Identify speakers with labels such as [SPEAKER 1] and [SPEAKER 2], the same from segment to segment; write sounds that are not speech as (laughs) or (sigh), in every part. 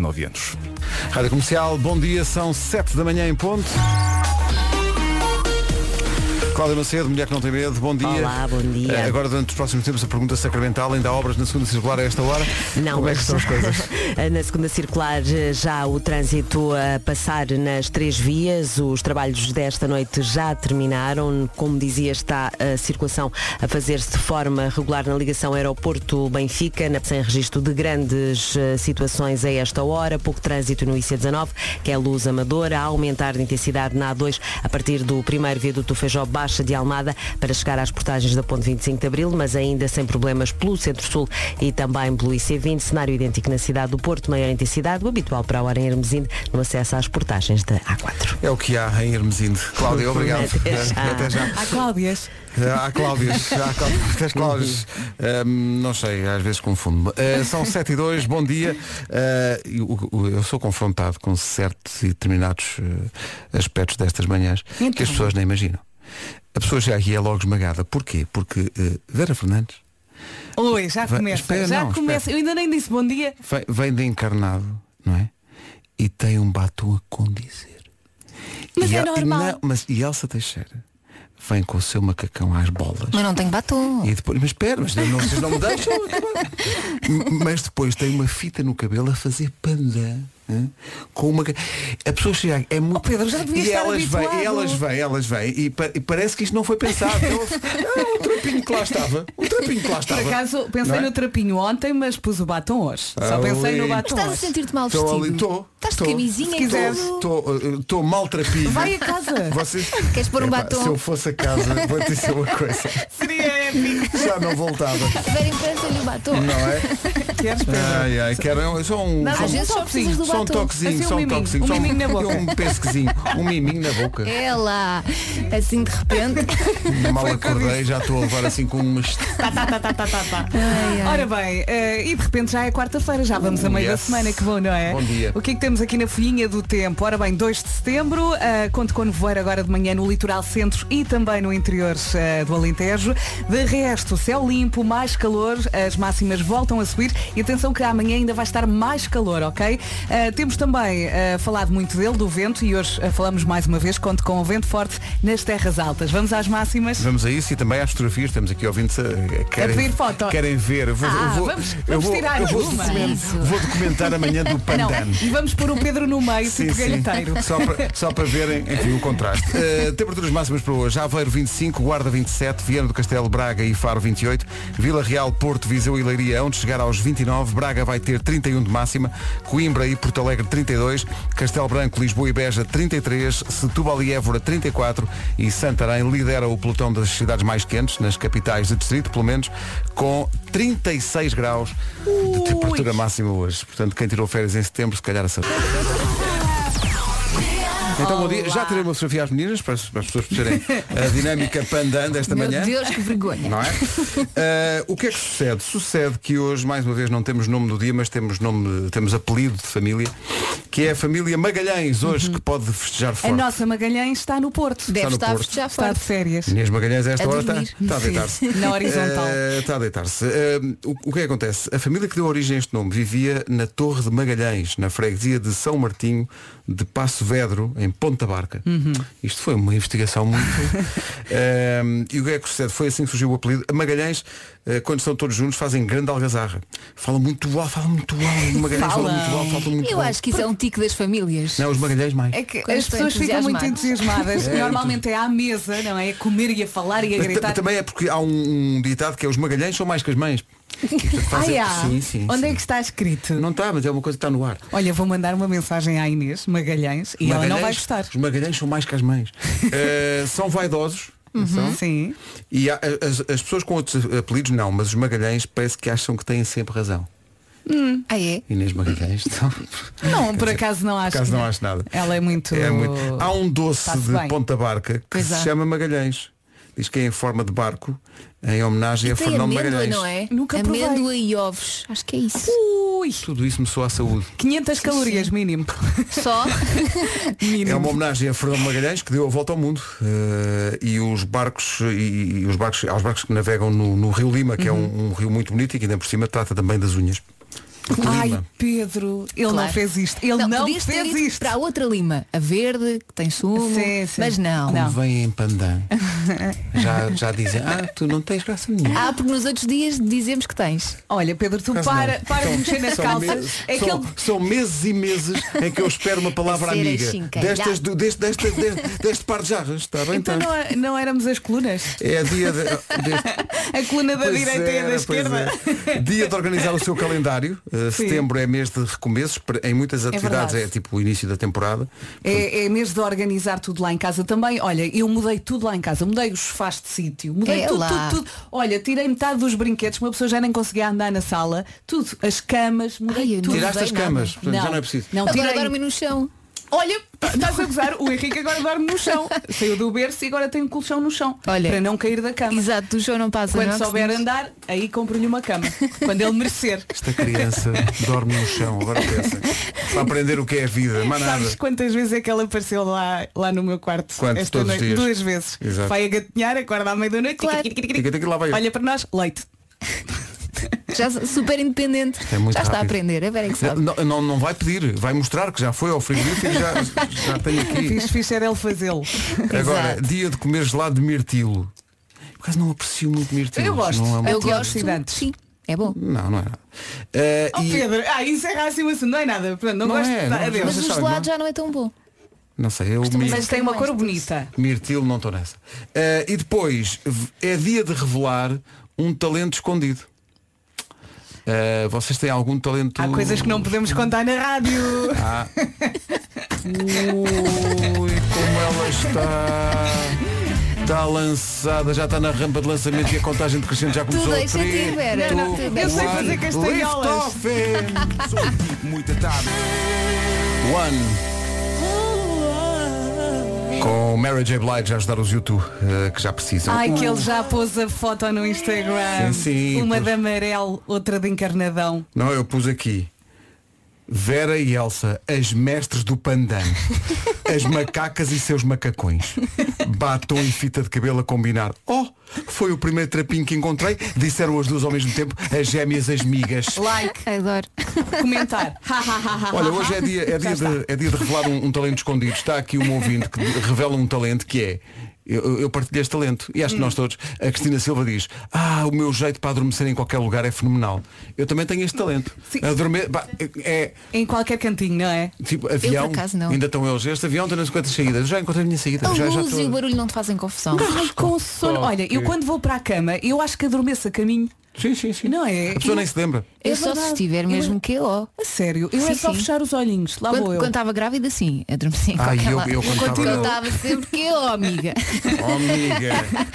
[SPEAKER 1] 9 anos.
[SPEAKER 2] Rádio Comercial, bom dia, são 7 da manhã em ponto. Cláudia Macedo, mulher que não tem medo, bom dia.
[SPEAKER 3] Olá, bom dia.
[SPEAKER 2] Eh, Agora, durante os próximos tempos, a pergunta sacramental, ainda há obras na segunda circular a esta hora?
[SPEAKER 3] Não,
[SPEAKER 2] Como é
[SPEAKER 3] mas
[SPEAKER 2] que estão as
[SPEAKER 3] (laughs)
[SPEAKER 2] coisas?
[SPEAKER 3] Na segunda circular eh, já o trânsito a passar nas três vias. Os trabalhos desta noite já terminaram. Como dizia, está a circulação a fazer-se de forma regular na ligação aeroporto-Benfica, na- sem registro de grandes eh, situações a esta hora. Pouco trânsito no IC19, que é Luz Amadora, a aumentar de intensidade na A2 a partir do primeiro viaduto do Feijó Baixa de Almada para chegar às portagens da Ponte 25 de Abril, mas ainda sem problemas pelo Centro-Sul e também pelo IC20. Cenário idêntico na cidade do Porto, maior intensidade, o habitual para a hora em Hermesinde, no acesso às portagens da A4.
[SPEAKER 2] É o que há em Hermesinde.
[SPEAKER 3] (laughs)
[SPEAKER 2] Cláudia, obrigado.
[SPEAKER 3] Até já.
[SPEAKER 2] Até já.
[SPEAKER 4] Há Cláudias.
[SPEAKER 2] Há Cláudios, há
[SPEAKER 4] (laughs)
[SPEAKER 2] Cláudios, Tens Cláudios. Ahm, não sei, às vezes confundo-me. Ah, são 7 e 2, bom dia. Ah, eu, eu sou confrontado com certos e determinados eh, aspectos destas manhãs que
[SPEAKER 4] Então.
[SPEAKER 2] as pessoas nem imaginam. A pessoa já aqui é logo esmagada. Porquê? Porque eh, Vera Fernandes
[SPEAKER 4] Oi, já
[SPEAKER 2] Vai-
[SPEAKER 4] começa.
[SPEAKER 2] espera,
[SPEAKER 4] já
[SPEAKER 2] não,
[SPEAKER 4] começa.
[SPEAKER 2] espera.
[SPEAKER 4] Eu ainda nem disse bom dia.
[SPEAKER 2] vem, vem de encarnado, não é? E tem um batom a condizer.
[SPEAKER 4] Mas
[SPEAKER 2] e
[SPEAKER 4] é
[SPEAKER 2] El-
[SPEAKER 4] normal.
[SPEAKER 2] Não, mas, e Elsa Teixeira vem com o seu macacão às bolas.
[SPEAKER 5] Mas não tenho batom.
[SPEAKER 2] E depois, mas espera, mas não, vocês não me deixam acabar. Mas depois tem uma fita no cabelo a fazer panda. hã? Com uma... ca- A pessoa chega, é muito.
[SPEAKER 4] Oh, Pedro, já devia
[SPEAKER 2] e
[SPEAKER 4] estar
[SPEAKER 2] elas vêm,
[SPEAKER 4] habituado.
[SPEAKER 2] e elas vêm, elas vêm. E, pa- e parece que isto não foi pensado. é um trapinho que lá estava. Um trapinho que lá
[SPEAKER 4] Por
[SPEAKER 2] estava.
[SPEAKER 4] acaso pensei
[SPEAKER 2] Não é?
[SPEAKER 4] no trapinho ontem, mas pus o batom hoje. Só
[SPEAKER 2] Ah,
[SPEAKER 4] pensei
[SPEAKER 2] ui.
[SPEAKER 4] no
[SPEAKER 2] Mas
[SPEAKER 4] batom
[SPEAKER 5] Estás a
[SPEAKER 4] hoje.
[SPEAKER 5] sentir-te mal
[SPEAKER 2] Estou
[SPEAKER 5] vestido?
[SPEAKER 2] ali, estou.
[SPEAKER 5] Estás de
[SPEAKER 2] estou.
[SPEAKER 5] camisinha
[SPEAKER 4] Se
[SPEAKER 5] e
[SPEAKER 4] quiseres.
[SPEAKER 5] tudo?
[SPEAKER 2] Estou maltrapinho.
[SPEAKER 4] Vai a casa.
[SPEAKER 2] Vocês...
[SPEAKER 5] Queres pôr um
[SPEAKER 2] Epá,
[SPEAKER 5] batom?
[SPEAKER 2] Se eu fosse a casa, vou te dizer uma coisa.
[SPEAKER 4] Seria épico.
[SPEAKER 2] Já não voltava.
[SPEAKER 5] Vera, empresta-lhe o batom.
[SPEAKER 2] Não é?
[SPEAKER 4] (laughs) Queres, Pedro?
[SPEAKER 2] Ai, ai, quero. Só um.
[SPEAKER 4] Não,
[SPEAKER 2] só um-
[SPEAKER 5] Às vezes
[SPEAKER 4] Só um
[SPEAKER 5] só precisas do
[SPEAKER 2] Só um
[SPEAKER 5] batom.
[SPEAKER 2] toquezinho,
[SPEAKER 4] Assim, um
[SPEAKER 2] só um
[SPEAKER 4] miminho,
[SPEAKER 2] toquezinho,
[SPEAKER 4] um
[SPEAKER 2] só
[SPEAKER 4] miminho na boca.
[SPEAKER 2] (laughs) um pesquezinho, um miminho na boca.
[SPEAKER 5] É lá. Assim de repente.
[SPEAKER 2] Mal
[SPEAKER 4] o que eu
[SPEAKER 2] acordei, já estou a levar assim com umas.
[SPEAKER 4] Tá, tá, tá, tá, tá, tá, tá. Ora bem, eh, e de repente já é quarta-feira, já vamos a meio
[SPEAKER 2] Yes.
[SPEAKER 4] da semana, que bom, não é?
[SPEAKER 2] Bom dia.
[SPEAKER 4] O que é que temos aqui na folhinha do tempo? Ora bem, 2 de setembro, eh, conto com nevoeiro agora de manhã no litoral centro e também no interior eh, do Alentejo. De resto, céu limpo, mais calor, as máximas voltam a subir e atenção que amanhã ainda vai estar mais calor, ok? Eh, temos também eh, falado muito dele, do vento, e hoje eh, falamos mais uma vez, conto com o vento forte nas terras altas. Vamos às máximas?
[SPEAKER 2] Vamos a isso e também às fotografias, temos aqui ouvintes a, a- querem,
[SPEAKER 4] pedir foto.
[SPEAKER 2] querem ver. Eu vou-
[SPEAKER 4] Ah,
[SPEAKER 2] eu vou-
[SPEAKER 4] vamos-
[SPEAKER 2] eu
[SPEAKER 4] vamos
[SPEAKER 2] vou-
[SPEAKER 4] tirar
[SPEAKER 2] eu vou,
[SPEAKER 4] uma.
[SPEAKER 2] document-
[SPEAKER 5] Isso.
[SPEAKER 2] vou documentar amanhã do
[SPEAKER 4] Não,
[SPEAKER 2] Pandan.
[SPEAKER 4] e vamos pôr o Pedro no meio,
[SPEAKER 2] Sim,
[SPEAKER 4] tipo
[SPEAKER 2] sim. (laughs)
[SPEAKER 4] galheteiro.
[SPEAKER 2] Só para, só para verem enfim, o contraste. Eh, temperaturas máximas para hoje. Aveiro 25, Guarda 27, Viana do Castelo, Braga e Faro 28, Vila Real, Porto, Viseu e Leiria onde chegar aos 29, Braga vai ter 31 de máxima, Coimbra e Porto Alegre 32, Castelo Branco, Lisboa e Beja 33, Setúbal e Évora 34 e Santarém lidera o pelotão das cidades mais quentes, nas capitais de distrito pelo menos, com 36 graus de temperatura máxima hoje. Portanto, quem tirou férias em setembro, se calhar acertou. Então, bom dia. Já tirei uma fotografia às meninas para as, para as pessoas perceberem
[SPEAKER 5] (laughs)
[SPEAKER 2] a dinâmica pandan desta
[SPEAKER 5] Meu
[SPEAKER 2] manhã.
[SPEAKER 5] Deus, que vergonha.
[SPEAKER 2] Não é? Ah, o que é que sucede? Sucede que hoje, mais uma vez, não temos nome do dia, mas temos nome, temos apelido de família, que é a família Magalhães, hoje,
[SPEAKER 5] Uhum.
[SPEAKER 2] que pode festejar
[SPEAKER 4] A
[SPEAKER 2] forte.
[SPEAKER 4] nossa Magalhães está no Porto.
[SPEAKER 2] Está no
[SPEAKER 5] Deve estar a
[SPEAKER 2] Porto.
[SPEAKER 5] festejar
[SPEAKER 4] Está de
[SPEAKER 5] forte.
[SPEAKER 4] férias.
[SPEAKER 2] Inês Magalhães a esta
[SPEAKER 5] A
[SPEAKER 2] hora está,
[SPEAKER 5] dormir.
[SPEAKER 2] está a
[SPEAKER 5] Sim.
[SPEAKER 2] deitar-se.
[SPEAKER 4] Na horizontal.
[SPEAKER 2] Eh, está a deitar-se. Eh, o, o que é que acontece? A família que deu origem a este nome vivia na Torre de Magalhães, na freguesia de São Martinho, de Passo Vedro, em Ponta Barca. Isto foi uma investigação muito. Eh, e o que é que sucede? Foi assim que surgiu o apelido. A Magalhães, eh, quando estão todos juntos, fazem grande algazarra. Falam muito alto, falam muito alto. Magalhães fala
[SPEAKER 4] Falam.
[SPEAKER 2] muito alto, falam muito
[SPEAKER 5] Eu
[SPEAKER 2] alto.
[SPEAKER 5] acho que isso é um tique das famílias.
[SPEAKER 2] Não, os Magalhães mais.
[SPEAKER 4] É que
[SPEAKER 5] Quando
[SPEAKER 4] as
[SPEAKER 5] estão
[SPEAKER 4] pessoas ficam muito
[SPEAKER 5] entusiasmadas.
[SPEAKER 2] (laughs)
[SPEAKER 4] entusiasmadas. Normalmente é à mesa, não é? A comer e a falar e a
[SPEAKER 2] Mas ta-
[SPEAKER 4] gritar.
[SPEAKER 2] Também é porque há um, um ditado que é os magalhães são mais que as mães. E, portanto, fazem-
[SPEAKER 4] ah,
[SPEAKER 2] Sim, sim,
[SPEAKER 4] Onde
[SPEAKER 2] sim.
[SPEAKER 4] é que está escrito?
[SPEAKER 2] Não está, mas é uma coisa que está no ar.
[SPEAKER 4] Olha, vou mandar uma mensagem à Inês Magalhães e ela não vai gostar.
[SPEAKER 2] Os magalhães são mais que as
[SPEAKER 4] (laughs)
[SPEAKER 2] mães. Eh, são vaidosos.
[SPEAKER 4] Uhum.
[SPEAKER 2] são?
[SPEAKER 4] Sim.
[SPEAKER 2] E há- as, as pessoas com outros apelidos não, mas os magalhães parece que acham que têm sempre razão.
[SPEAKER 5] Ah, é?
[SPEAKER 2] Inês Magalhães. Então,
[SPEAKER 4] Não, por
[SPEAKER 2] dizer,
[SPEAKER 4] acaso não
[SPEAKER 2] por
[SPEAKER 4] acho.
[SPEAKER 2] acaso não acho nada.
[SPEAKER 4] Ela é muito.
[SPEAKER 2] É muito- Há um doce
[SPEAKER 4] Está-se
[SPEAKER 2] de
[SPEAKER 4] bem.
[SPEAKER 2] Ponta Barca que
[SPEAKER 5] Pois
[SPEAKER 2] se
[SPEAKER 5] há.
[SPEAKER 2] chama Magalhães. Diz que é em forma de barco, em homenagem a
[SPEAKER 5] Tem
[SPEAKER 2] Fernão de
[SPEAKER 5] amêndoa,
[SPEAKER 2] Magalhães.
[SPEAKER 5] não é?
[SPEAKER 4] Nunca provei.
[SPEAKER 5] amêndoa e ovos. Acho que é isso.
[SPEAKER 4] Ui,
[SPEAKER 2] Tudo isso me soa à saúde.
[SPEAKER 4] 500 calorias mínimo.
[SPEAKER 5] Uh, Só.
[SPEAKER 4] mínimo.
[SPEAKER 2] É uma homenagem a Fernando Magalhães que deu a volta ao mundo eh, e os barcos e, e os
[SPEAKER 4] Uhum.
[SPEAKER 2] barcos aos barcos que navegam no, no Rio Lima que é um, um rio muito bonito e que ainda por cima trata também das unhas
[SPEAKER 4] Ai,
[SPEAKER 2] Lima.
[SPEAKER 4] Pedro, ele
[SPEAKER 5] Claro.
[SPEAKER 4] não fez isto. Ele não,
[SPEAKER 5] podias ter
[SPEAKER 4] fez
[SPEAKER 5] ido
[SPEAKER 4] isto.
[SPEAKER 5] para a outra lima, a verde, que tem sumo,
[SPEAKER 4] Sim, sim.
[SPEAKER 5] mas não.
[SPEAKER 4] Não.
[SPEAKER 2] Vem em
[SPEAKER 4] (laughs)
[SPEAKER 2] pandã. Já, já dizem, ah, tu não tens graça nenhuma.
[SPEAKER 5] Ah, porque nos outros dias dizemos que tens.
[SPEAKER 4] Olha, Pedro, tu
[SPEAKER 2] Caso
[SPEAKER 4] para,
[SPEAKER 2] não.
[SPEAKER 4] para de
[SPEAKER 2] São-
[SPEAKER 4] mexer Ah, nas
[SPEAKER 2] são
[SPEAKER 4] calças.
[SPEAKER 2] meses-
[SPEAKER 4] É que
[SPEAKER 2] são,
[SPEAKER 4] ele
[SPEAKER 2] são meses e meses em que eu espero uma palavra
[SPEAKER 5] Ser
[SPEAKER 2] amiga.
[SPEAKER 5] achincalhado.
[SPEAKER 2] Destas, do- deste, deste, deste, deste par de jarras, está bem?
[SPEAKER 4] Então
[SPEAKER 2] tá?
[SPEAKER 4] não, é- não éramos as colunas?
[SPEAKER 2] É dia de, deste-
[SPEAKER 4] A coluna da
[SPEAKER 2] Pois
[SPEAKER 4] direita e a
[SPEAKER 2] era,
[SPEAKER 4] da
[SPEAKER 2] pois
[SPEAKER 4] esquerda.
[SPEAKER 2] é. Dia de organizar o seu
[SPEAKER 4] (laughs)
[SPEAKER 2] calendário. Uh, setembro é mês de recomeços. Para- Em muitas atividades é,
[SPEAKER 4] verdade.
[SPEAKER 2] tipo o início da temporada.
[SPEAKER 4] É, é mesmo de organizar tudo lá em casa também. Olha, eu mudei tudo lá em casa. Mudei os faz de sítio. Mudei
[SPEAKER 5] É
[SPEAKER 4] tudo,
[SPEAKER 5] lá.
[SPEAKER 4] tudo, tudo. Olha, tirei metade dos brinquedos. Uma pessoa já nem conseguia andar na sala. Tudo. As camas. Mudei
[SPEAKER 5] Ai, eu
[SPEAKER 4] tudo.
[SPEAKER 5] não
[SPEAKER 2] Tiraste
[SPEAKER 5] dei
[SPEAKER 2] as
[SPEAKER 5] nada.
[SPEAKER 2] camas. Portanto, já não é preciso.
[SPEAKER 4] Não,
[SPEAKER 5] Agora
[SPEAKER 4] tirei.
[SPEAKER 5] dorme no chão.
[SPEAKER 4] Olha, estás a gozar. O Henrique agora dorme no chão. Saiu do berço e agora tem um colchão no chão.
[SPEAKER 5] Olha.
[SPEAKER 4] Para não cair da cama.
[SPEAKER 5] Exato, o chão não passa.
[SPEAKER 4] Quando
[SPEAKER 5] não é o que se
[SPEAKER 4] souber
[SPEAKER 5] diz?
[SPEAKER 4] andar, aí compro-lhe uma cama. Quando ele merecer.
[SPEAKER 2] Esta criança dorme no chão. Agora
[SPEAKER 4] (laughs)
[SPEAKER 2] pensa. Para aprender o que é a vida. Mas nada.
[SPEAKER 4] Sabes quantas vezes é que ela apareceu lá, lá no meu quarto?
[SPEAKER 2] Quantos?
[SPEAKER 4] Esta
[SPEAKER 2] Todos os
[SPEAKER 4] noite?
[SPEAKER 2] dias?
[SPEAKER 4] Duas vezes.
[SPEAKER 2] Exato.
[SPEAKER 4] Vai a gatinhar, acorda à meia da noite.
[SPEAKER 5] Claro.
[SPEAKER 4] tic, tic, tic, tic,
[SPEAKER 2] Tica,
[SPEAKER 4] tic.
[SPEAKER 2] tica, lá vai eu.
[SPEAKER 4] Olha para nós, leite.
[SPEAKER 5] Já super independente.
[SPEAKER 2] é muito
[SPEAKER 5] já está a
[SPEAKER 2] rápido.
[SPEAKER 5] aprender, a ver é que sabe.
[SPEAKER 2] Não, não, não vai pedir, vai mostrar que já foi ao frigorífico e já, já tem aqui.
[SPEAKER 4] (laughs) Fiz, fiz era
[SPEAKER 2] (laughs)
[SPEAKER 4] ele fazê-lo.
[SPEAKER 2] Agora,
[SPEAKER 5] Exato.
[SPEAKER 2] dia de comer gelado de mirtilo. Por acaso não aprecio muito mirtilo.
[SPEAKER 4] Eu gosto.
[SPEAKER 2] Não, é muito-
[SPEAKER 5] Eu gosto.
[SPEAKER 4] antioxidantes.
[SPEAKER 5] Sim, é bom.
[SPEAKER 2] não, não é nada. Eh,
[SPEAKER 4] Oh
[SPEAKER 2] e-
[SPEAKER 4] Pedro, ah, encerra assim o assunto, não é nada. Pronto, não,
[SPEAKER 2] Não
[SPEAKER 4] gosto
[SPEAKER 2] é,
[SPEAKER 4] de
[SPEAKER 2] não é.
[SPEAKER 4] adeus.
[SPEAKER 5] Mas
[SPEAKER 2] Vocês
[SPEAKER 5] o
[SPEAKER 2] sabem,
[SPEAKER 5] gelado
[SPEAKER 2] não é?
[SPEAKER 5] já não é tão bom.
[SPEAKER 2] Não sei, é eu
[SPEAKER 5] Costumas
[SPEAKER 2] mir-
[SPEAKER 4] Mas tem uma cor bonita.
[SPEAKER 2] mirtilo não estou nessa. Eh, e depois, v- é dia de revelar um talento escondido. Eh, vocês têm algum talento.
[SPEAKER 4] Há coisas que não podemos contar
[SPEAKER 2] (laughs)
[SPEAKER 4] na rádio.
[SPEAKER 2] Ah. Ui, como ela está. Está lançada, já está na rampa de lançamento e a contagem decrescente já começou.
[SPEAKER 5] deixa-te
[SPEAKER 2] Three,
[SPEAKER 5] ir, Vera.
[SPEAKER 2] two,
[SPEAKER 5] Não, não, eu sei
[SPEAKER 2] one,
[SPEAKER 4] fazer castanholas.
[SPEAKER 2] lift off. Muita tarde. One. Com Mary J. Blige a ajudar os YouTube eh, que já precisam.
[SPEAKER 4] Ai, que ele já pôs a foto no
[SPEAKER 2] Sim,
[SPEAKER 4] Instagram.
[SPEAKER 2] sim,
[SPEAKER 4] uma
[SPEAKER 2] pôs.
[SPEAKER 4] de amarelo, outra de encarnadão.
[SPEAKER 2] Não, eu pus aqui. Vera e Elsa, as mestres do pandan. As macacas e seus macacões. Batom e fita de cabelo a combinar. Oh, foi o primeiro trapinho que encontrei. Disseram as duas ao mesmo tempo, as gêmeas, as migas.
[SPEAKER 4] Like,
[SPEAKER 5] Adoro.
[SPEAKER 4] comentar. Ha, ha, ha, ha,
[SPEAKER 2] Olha,
[SPEAKER 4] ha,
[SPEAKER 2] hoje é
[SPEAKER 4] (laughs) ha.
[SPEAKER 2] dia, é
[SPEAKER 4] Já
[SPEAKER 2] dia,
[SPEAKER 4] está.
[SPEAKER 2] de, é dia de revelar um, um talento escondido. Está aqui um ouvinte que de- revela um talento que é. Eu, eu partilho este talento e acho que nós todos. A Cristina Silva diz: Ah, o meu jeito para adormecer em qualquer lugar é fenomenal. Eu também tenho este talento.
[SPEAKER 4] Sim.
[SPEAKER 2] Adorme- pá, é,
[SPEAKER 4] Em qualquer cantinho, não é?
[SPEAKER 2] Tipo, avião.
[SPEAKER 5] acaso, não.
[SPEAKER 2] Ainda estão eles. Este avião tem nas 50 saídas. Eu Já encontrei a minha saída.
[SPEAKER 5] A
[SPEAKER 4] Oh,
[SPEAKER 2] já, já
[SPEAKER 5] luz
[SPEAKER 2] estou-
[SPEAKER 5] e o barulho não te fazem confusão.
[SPEAKER 4] Ai, com sono.
[SPEAKER 2] Oh,
[SPEAKER 4] Olha, eu
[SPEAKER 2] que-
[SPEAKER 4] quando vou para a cama, eu acho que adormeço a caminho.
[SPEAKER 2] Sim, sim, sim.
[SPEAKER 4] Não é?
[SPEAKER 2] A pessoa
[SPEAKER 4] Eu-
[SPEAKER 2] nem se
[SPEAKER 4] (laughs)
[SPEAKER 2] lembra.
[SPEAKER 5] Eu
[SPEAKER 4] É
[SPEAKER 5] só se
[SPEAKER 4] verdade.
[SPEAKER 5] estiver
[SPEAKER 4] Eu-
[SPEAKER 5] mesmo que ó.
[SPEAKER 4] A sério, eu é
[SPEAKER 5] Sim,
[SPEAKER 4] só
[SPEAKER 5] sim.
[SPEAKER 4] fechar os olhinhos. Lá vou
[SPEAKER 5] Quando
[SPEAKER 4] eu.
[SPEAKER 5] quando estava grávida, sim, adormeci em
[SPEAKER 2] Ah,
[SPEAKER 5] qualquer
[SPEAKER 2] eu-
[SPEAKER 5] lado.
[SPEAKER 2] eu quando estava-
[SPEAKER 5] eu estava sempre que ó,
[SPEAKER 2] (laughs)
[SPEAKER 5] amiga.
[SPEAKER 2] Oh, amiga.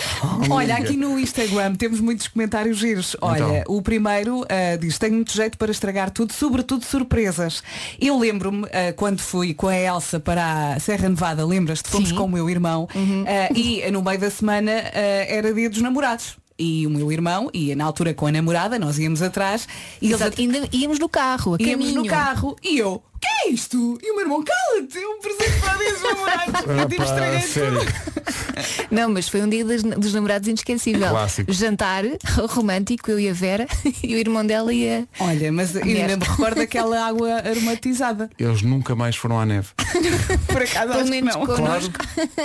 [SPEAKER 2] Oh,
[SPEAKER 4] Olha,
[SPEAKER 2] amiga.
[SPEAKER 4] aqui no Instagram temos muitos comentários giros. Olha, o primeiro ah, diz, tenho muito jeito para estragar tudo, sobretudo surpresas. Eu lembro-me ah, quando fui com a Elsa para a Serra Nevada, lembras-te? Fomos
[SPEAKER 5] Sim. Uhum.
[SPEAKER 4] com o meu irmão ah, e no meio da semana ah, era dia dos namorados. E o meu irmão ia na altura com a namorada, nós íamos atrás e eles
[SPEAKER 5] Exato, ainda íamos no carro, a
[SPEAKER 4] íamos
[SPEAKER 5] caminho.
[SPEAKER 4] no carro e eu, o que é isto? E o meu irmão, cala-te, é um presente para dias namorados.
[SPEAKER 2] Ah,
[SPEAKER 4] Eu tive
[SPEAKER 2] pá,
[SPEAKER 4] estraguei tudo.
[SPEAKER 2] sério.
[SPEAKER 5] Não, mas foi um dia das- dos namorados inesquecível.
[SPEAKER 2] Clássico.
[SPEAKER 5] Jantar (laughs) romântico, eu e a Vera (laughs) e o irmão dela e a.
[SPEAKER 4] Olha, mas eu ainda
[SPEAKER 5] Mulher.
[SPEAKER 4] me recordo daquela água aromatizada.
[SPEAKER 2] Eles nunca mais foram à neve.
[SPEAKER 4] Por acaso
[SPEAKER 5] Pelo
[SPEAKER 4] acho que
[SPEAKER 5] menos
[SPEAKER 4] não.
[SPEAKER 5] com-
[SPEAKER 2] Claro.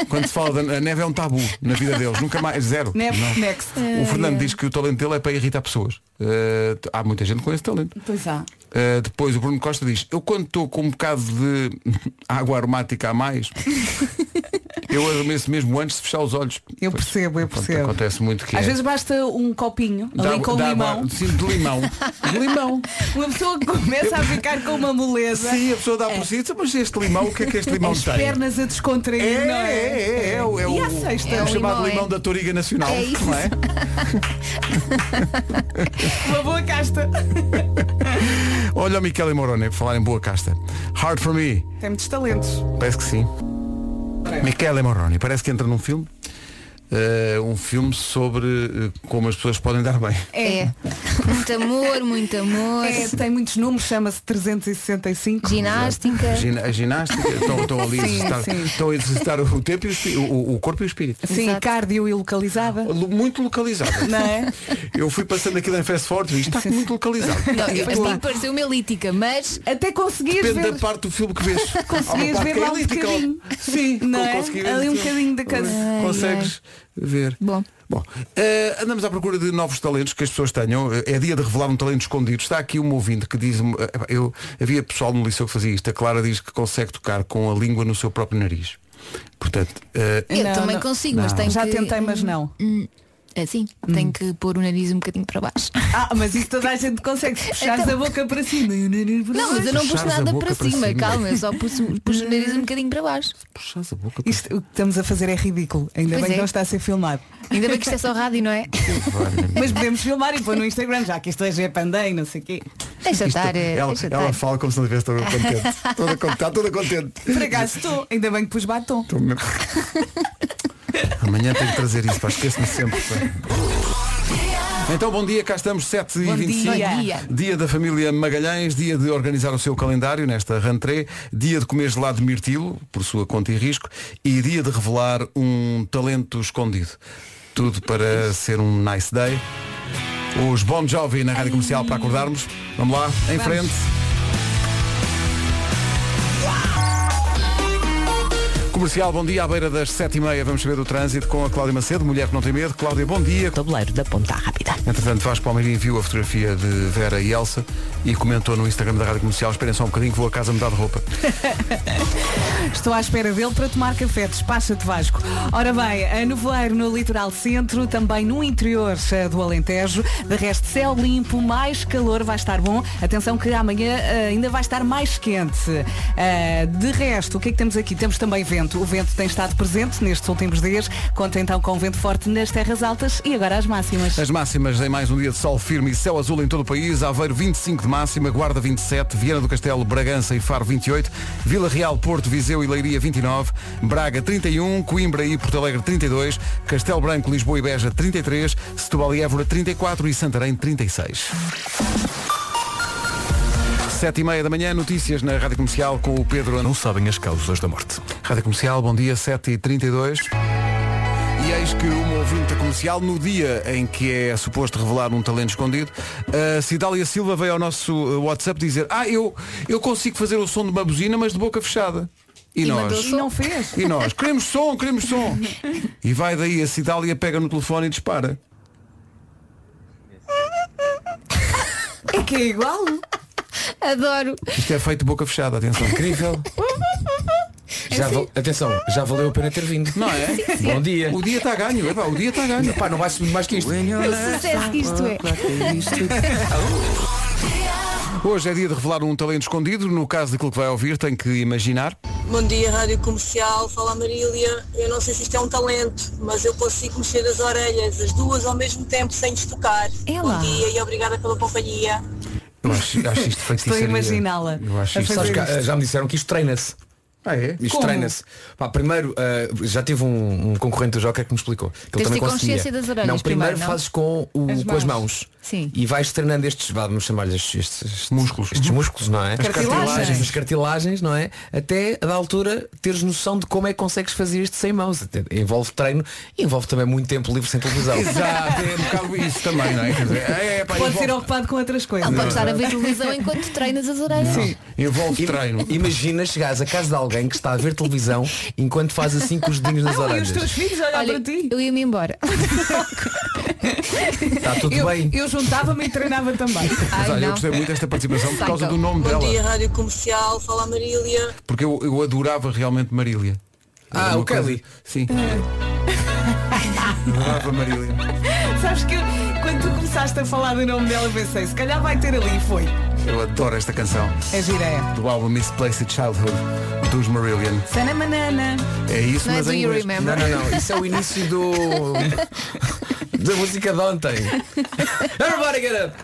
[SPEAKER 2] Quando se fala da a neve é um tabu na vida deles. Nunca mais. Zero.
[SPEAKER 4] Neve,
[SPEAKER 2] Não.
[SPEAKER 4] next.
[SPEAKER 2] O Fernando diz que o talento dele é para irritar pessoas. Eh, t- há muita gente com esse talento.
[SPEAKER 4] Pois há.
[SPEAKER 2] Uh, depois o Bruno Costa diz, eu quando estou com um bocado de (laughs) água aromática a mais, eu adormeço mesmo antes de fechar os olhos.
[SPEAKER 4] Eu
[SPEAKER 2] Pois,
[SPEAKER 4] percebo, eu
[SPEAKER 2] pronto,
[SPEAKER 4] percebo.
[SPEAKER 2] Acontece muito que
[SPEAKER 4] Às
[SPEAKER 2] é.
[SPEAKER 4] vezes basta um copinho ali com
[SPEAKER 2] dá
[SPEAKER 4] limão. (laughs)
[SPEAKER 2] água- sim, de limão. De limão.
[SPEAKER 4] Uma pessoa que começa a ficar com uma moleza,
[SPEAKER 2] Sim, a pessoa dá por si, mas este limão, o que é
[SPEAKER 4] (laughs)
[SPEAKER 2] que este limão
[SPEAKER 4] É. as
[SPEAKER 2] tem?
[SPEAKER 4] pernas a descontrair,
[SPEAKER 2] É,
[SPEAKER 4] não é?
[SPEAKER 2] é, é, é, é o, é
[SPEAKER 4] E
[SPEAKER 2] o-
[SPEAKER 4] à sexta?
[SPEAKER 2] é o
[SPEAKER 5] É o
[SPEAKER 2] chamado
[SPEAKER 5] limão,
[SPEAKER 2] limão,
[SPEAKER 5] é.
[SPEAKER 2] da Toriga Nacional.
[SPEAKER 5] É isso.
[SPEAKER 2] não é?
[SPEAKER 4] Uma boa casta.
[SPEAKER 2] Olha o Michele Moroni, por falar em boa casta. Hard for me.
[SPEAKER 4] Tem muitos talentos.
[SPEAKER 2] Parece que sim. Michele Moroni, parece que entra num filme. eh, um filme sobre eh, como as pessoas podem dar bem.
[SPEAKER 5] É. Muito amor, muito amor.
[SPEAKER 4] É, tem muitos números, chama-se 365.
[SPEAKER 5] Ginástica.
[SPEAKER 2] Gina- A ginástica, estão, estão ali a
[SPEAKER 4] É. Sim,
[SPEAKER 2] exercitar,
[SPEAKER 4] sim.
[SPEAKER 2] estão a exercitar o, tempo e o, espi- o- o corpo e o espírito.
[SPEAKER 4] Sim,
[SPEAKER 5] Exato.
[SPEAKER 4] Assim, cardio e localizada.
[SPEAKER 2] Lu- Muito localizado.
[SPEAKER 4] Não é?
[SPEAKER 2] Eu fui passando aquilo em fast forward e isto está muito localizado.
[SPEAKER 5] Não, eu,
[SPEAKER 2] Depois
[SPEAKER 5] a mim pareceu-me elítica, mas
[SPEAKER 4] Até conseguires
[SPEAKER 2] Depende
[SPEAKER 4] ver.
[SPEAKER 2] da parte do filme que vês. Há uma
[SPEAKER 4] (laughs) Conseguias
[SPEAKER 2] parte
[SPEAKER 4] ver
[SPEAKER 2] que é
[SPEAKER 4] lá um
[SPEAKER 2] elíptica.
[SPEAKER 4] bocadinho.
[SPEAKER 2] Sim,
[SPEAKER 4] Não
[SPEAKER 2] con-
[SPEAKER 4] é?
[SPEAKER 2] consegui ver
[SPEAKER 4] Ali um
[SPEAKER 2] tudo.
[SPEAKER 4] bocadinho da coisa.
[SPEAKER 5] Ai,
[SPEAKER 2] Consegues ver.
[SPEAKER 5] Bom.
[SPEAKER 2] Bom, eh, andamos à procura de novos talentos que as pessoas tenham. Eh, É dia de revelar um talento escondido. Está aqui um ouvinte que diz me eu havia pessoal no liceu que fazia isto. A Clara diz que consegue tocar com a língua no seu próprio nariz. Portanto, eh,
[SPEAKER 5] eu
[SPEAKER 4] Não,
[SPEAKER 5] também
[SPEAKER 4] não.
[SPEAKER 5] consigo, mas
[SPEAKER 2] Não.
[SPEAKER 5] tenho
[SPEAKER 4] Já
[SPEAKER 5] que.
[SPEAKER 4] tentei, mas não. Hum.
[SPEAKER 5] Assim, tenho que pôr o nariz um bocadinho para baixo.
[SPEAKER 4] Ah, mas isso toda a gente consegue. Se puxares
[SPEAKER 5] Então-
[SPEAKER 4] a boca para cima e o nariz para
[SPEAKER 5] Não, mas
[SPEAKER 4] baixo.
[SPEAKER 5] eu não pus
[SPEAKER 2] Puxares a
[SPEAKER 5] nada
[SPEAKER 2] boca
[SPEAKER 5] para
[SPEAKER 2] para
[SPEAKER 5] cima,
[SPEAKER 2] cima.
[SPEAKER 5] calma, eu só pus, pus o nariz um bocadinho para baixo.
[SPEAKER 2] puxas a boca.
[SPEAKER 4] Isto o que estamos a fazer é ridículo. Ainda
[SPEAKER 5] Pois
[SPEAKER 4] bem
[SPEAKER 5] é.
[SPEAKER 4] que não está a ser filmado.
[SPEAKER 5] Ainda bem que isto é só rádio, não
[SPEAKER 2] (laughs)
[SPEAKER 5] é?
[SPEAKER 4] (laughs) Mas podemos filmar e pôr no Instagram, já que isto hoje é pandei, não sei o quê.
[SPEAKER 5] Deixa
[SPEAKER 2] Isto-
[SPEAKER 5] estar, eh,
[SPEAKER 2] é- ela,
[SPEAKER 5] deixa
[SPEAKER 2] ela
[SPEAKER 5] estar.
[SPEAKER 2] fala como se não estivesse toda contente.
[SPEAKER 4] (laughs)
[SPEAKER 2] toda, con- está toda contente.
[SPEAKER 4] Por acaso estou, ainda bem que pus batom.
[SPEAKER 2] Estou mesmo- Amanhã tenho que trazer isso, pá, esqueço-me sempre. pá. Então bom dia, cá estamos, 7h25.
[SPEAKER 5] Bom dia.
[SPEAKER 2] Dia da família Magalhães, dia de organizar o seu calendário nesta rentrée, dia de comer gelado de mirtilo, por sua conta e risco, e dia de revelar um talento escondido. Tudo para ser um nice day. Os Bon Jovi na Rádio Comercial para acordarmos. Vamos lá, em frente. Comercial, bom dia, à beira das 7h30 vamos saber do trânsito com a Cláudia Macedo, mulher que não tem medo. Cláudia, bom dia.
[SPEAKER 3] Tabuleiro da Ponta Rápida.
[SPEAKER 2] Entretanto, Vasco Palmeirinho viu a fotografia de Vera e Elsa e comentou no Instagram da Rádio Comercial, esperem só um bocadinho que vou a casa mudar de roupa.
[SPEAKER 4] Estou à espera dele para tomar café. Despacha-te Vasco. Ora bem, a nevoeiro no litoral centro, também no interior eh, do Alentejo. De resto, céu limpo, mais calor vai estar bom. Atenção que amanhã eh, ainda vai estar mais quente. Eh, De resto, o que é que temos aqui? Temos também vento. O vento tem estado presente nestes últimos dias. Conta então com vento forte nas terras altas e agora as máximas.
[SPEAKER 2] As máximas em mais um dia de sol firme e céu azul em todo o país. Aveiro 25 de máxima, Guarda 27, Viana do Castelo, Bragança e Faro 28, Vila Real, Porto, Viseu e Leiria 29, Braga 31, Coimbra e Porto Alegre 32, Castelo Branco, Lisboa e Beja 33, Setúbal e Évora 34 e Santarém 36. Sete e meia da manhã, notícias na Rádio Comercial com o Pedro Anúncio.
[SPEAKER 1] Não sabem as causas da morte.
[SPEAKER 2] Rádio Comercial, bom dia, 7h32. E eis que uma ouvinte da comercial, no dia em que é suposto revelar um talento escondido, a Cidália Silva veio ao nosso uh, WhatsApp dizer Ah, eu, eu consigo fazer o som de uma buzina, mas de boca fechada. E,
[SPEAKER 5] mandou
[SPEAKER 2] nós?
[SPEAKER 4] E não fez?
[SPEAKER 2] E nós? Queremos som, queremos som. E vai daí a Cidália, pega no telefone e dispara.
[SPEAKER 4] É que é igual.
[SPEAKER 5] Adoro.
[SPEAKER 2] Isto é feito de boca fechada, atenção.
[SPEAKER 5] (laughs)
[SPEAKER 2] Incrível.
[SPEAKER 5] É
[SPEAKER 6] Já
[SPEAKER 5] assim.
[SPEAKER 6] val- Atenção, já valeu a pena ter vindo.
[SPEAKER 2] Não é?
[SPEAKER 6] Bom
[SPEAKER 5] (laughs)
[SPEAKER 6] dia.
[SPEAKER 2] O dia está ganho, epá, o dia está ganho.
[SPEAKER 6] Pá, não vai subir mais que isto.
[SPEAKER 4] é?
[SPEAKER 5] O sucesso que isto é.
[SPEAKER 2] Hoje é dia de revelar um talento escondido. No caso daquilo que vai ouvir, tem que imaginar.
[SPEAKER 7] Bom dia, Rádio Comercial, fala a Marília. Eu não sei se isto é um talento, mas eu consigo mexer as orelhas, as duas ao mesmo tempo, sem destocar.
[SPEAKER 5] Ela.
[SPEAKER 7] Bom dia e obrigada pela companhia.
[SPEAKER 2] Eu acho, acho isto feitiçaria.
[SPEAKER 4] imaginá-la
[SPEAKER 2] Eu acho
[SPEAKER 4] a
[SPEAKER 2] isto.
[SPEAKER 6] Sabes que, ah, já me disseram que isto treina-se.
[SPEAKER 2] Ah, é?
[SPEAKER 6] Isto
[SPEAKER 4] Como?
[SPEAKER 6] treina-se. Pá, primeiro, ah, já tive um, um concorrente do Joker que me explicou.
[SPEAKER 5] Tens
[SPEAKER 6] Que
[SPEAKER 5] de
[SPEAKER 6] ele também
[SPEAKER 5] ter
[SPEAKER 6] conseguia.
[SPEAKER 5] consciência das orelhas
[SPEAKER 6] Não, primeiro,
[SPEAKER 5] primeiro, não?
[SPEAKER 6] fazes com, o-
[SPEAKER 4] As
[SPEAKER 6] com as
[SPEAKER 4] mãos.
[SPEAKER 6] mãos.
[SPEAKER 5] Sim.
[SPEAKER 6] E vais treinando estes, vá, vamos chamar-lhes estes, estes-
[SPEAKER 2] Músculos.
[SPEAKER 6] Estes
[SPEAKER 5] Uhum.
[SPEAKER 6] músculos, não é? As
[SPEAKER 4] cartilagens. cartilagens.
[SPEAKER 6] As cartilagens, não é? Até da altura teres noção de como é que consegues fazer isto sem mãos. Até envolve treino e envolve também muito tempo livre
[SPEAKER 5] (laughs)
[SPEAKER 6] sem televisão.
[SPEAKER 2] Exato, é um bocado isso também, não é? Quer dizer, é, é, pá,
[SPEAKER 4] Pode
[SPEAKER 2] envolve,
[SPEAKER 4] ser ocupado com outras coisas.
[SPEAKER 5] Não, podes estar a ver televisão enquanto treinas as orelhas.
[SPEAKER 2] Ah, envolve treino.
[SPEAKER 6] Imagina chegares à casa de alguém que está a ver televisão enquanto faz assim com os dedinhos nas
[SPEAKER 4] Ah, e os
[SPEAKER 6] orelhas.
[SPEAKER 4] teus filhos olham para
[SPEAKER 5] Olha,
[SPEAKER 4] ti?
[SPEAKER 5] eu ia-me embora.
[SPEAKER 6] Está tudo
[SPEAKER 4] Eu,
[SPEAKER 6] bem.
[SPEAKER 4] eu juntava-me e treinava também.
[SPEAKER 2] Mas
[SPEAKER 5] Ai,
[SPEAKER 2] olha, eu
[SPEAKER 5] não.
[SPEAKER 2] gostei muito desta participação por
[SPEAKER 5] Psycho.
[SPEAKER 2] causa do nome
[SPEAKER 7] Bom dia,
[SPEAKER 2] dela.
[SPEAKER 7] Rádio Comercial, fala a Marília.
[SPEAKER 2] Porque eu, eu adorava realmente Marília.
[SPEAKER 6] Ah,
[SPEAKER 2] Era uma
[SPEAKER 6] o Kelly.
[SPEAKER 2] coisa- Sim. adorava Marília.
[SPEAKER 4] Sabes que eu, quando tu começaste a falar do nome dela, pensei, se calhar vai ter ali e foi.
[SPEAKER 2] Eu adoro esta canção
[SPEAKER 4] É gireia.
[SPEAKER 2] do álbum Misplaced Childhood dos Marillion.
[SPEAKER 4] Sana Manana.
[SPEAKER 2] É isso,
[SPEAKER 5] Não é
[SPEAKER 2] mas
[SPEAKER 5] do
[SPEAKER 2] em
[SPEAKER 5] You
[SPEAKER 2] inglês.
[SPEAKER 5] Remember?
[SPEAKER 6] Não, não, não. Isso é o início do. da música de ontem. Everybody get up!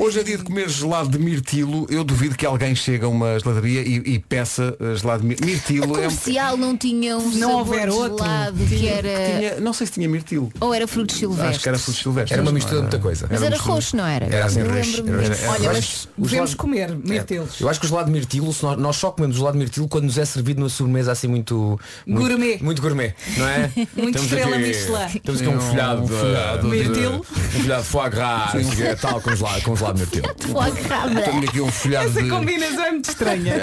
[SPEAKER 2] Hoje é dia de comer gelado de mirtilo. Eu duvido que alguém chegue a uma geladaria e, e peça eh, gelado de mirtilo.
[SPEAKER 5] A
[SPEAKER 2] Mirtilo é um-
[SPEAKER 5] comercial não tinha um
[SPEAKER 4] Se não
[SPEAKER 5] sabor
[SPEAKER 4] houver
[SPEAKER 5] de
[SPEAKER 4] outro.
[SPEAKER 5] gelado que
[SPEAKER 4] é?
[SPEAKER 5] era...
[SPEAKER 2] tinha- não sei se tinha mirtilo.
[SPEAKER 5] Ou era frutos silvestres.
[SPEAKER 2] Acho que era frutos silvestres.
[SPEAKER 6] Era uma
[SPEAKER 2] não
[SPEAKER 6] mistura de muita coisa.
[SPEAKER 5] Mas
[SPEAKER 2] Era
[SPEAKER 5] era
[SPEAKER 2] mistura.
[SPEAKER 5] roxo, não era?
[SPEAKER 6] Era assim,
[SPEAKER 5] Eu
[SPEAKER 6] roxo.
[SPEAKER 5] lembro-me
[SPEAKER 6] Era-
[SPEAKER 5] disso.
[SPEAKER 6] era-
[SPEAKER 4] Olha,
[SPEAKER 6] Eu
[SPEAKER 4] mas
[SPEAKER 6] acho que os
[SPEAKER 4] devemos
[SPEAKER 6] lados-
[SPEAKER 4] comer mirtilos.
[SPEAKER 6] É. Eu acho que o gelado de mirtilo, se nós, nós só comemos gelado de mirtilo quando nos é servido numa sobremesa assim muito, muito
[SPEAKER 4] Gourmet.
[SPEAKER 6] Muito gourmet, não é?
[SPEAKER 4] (laughs) Muito estrela Michelin.
[SPEAKER 6] Temos aqui um folhado, de- de,
[SPEAKER 4] Mirtilo.
[SPEAKER 6] Um folhado de foie gras, não sei o quê, tal, com gelado, com gelado de mirtilo.
[SPEAKER 5] Foie gras, blé.
[SPEAKER 2] Tenho aqui um folhado
[SPEAKER 4] Essa
[SPEAKER 2] de.
[SPEAKER 4] combinação é muito estranha.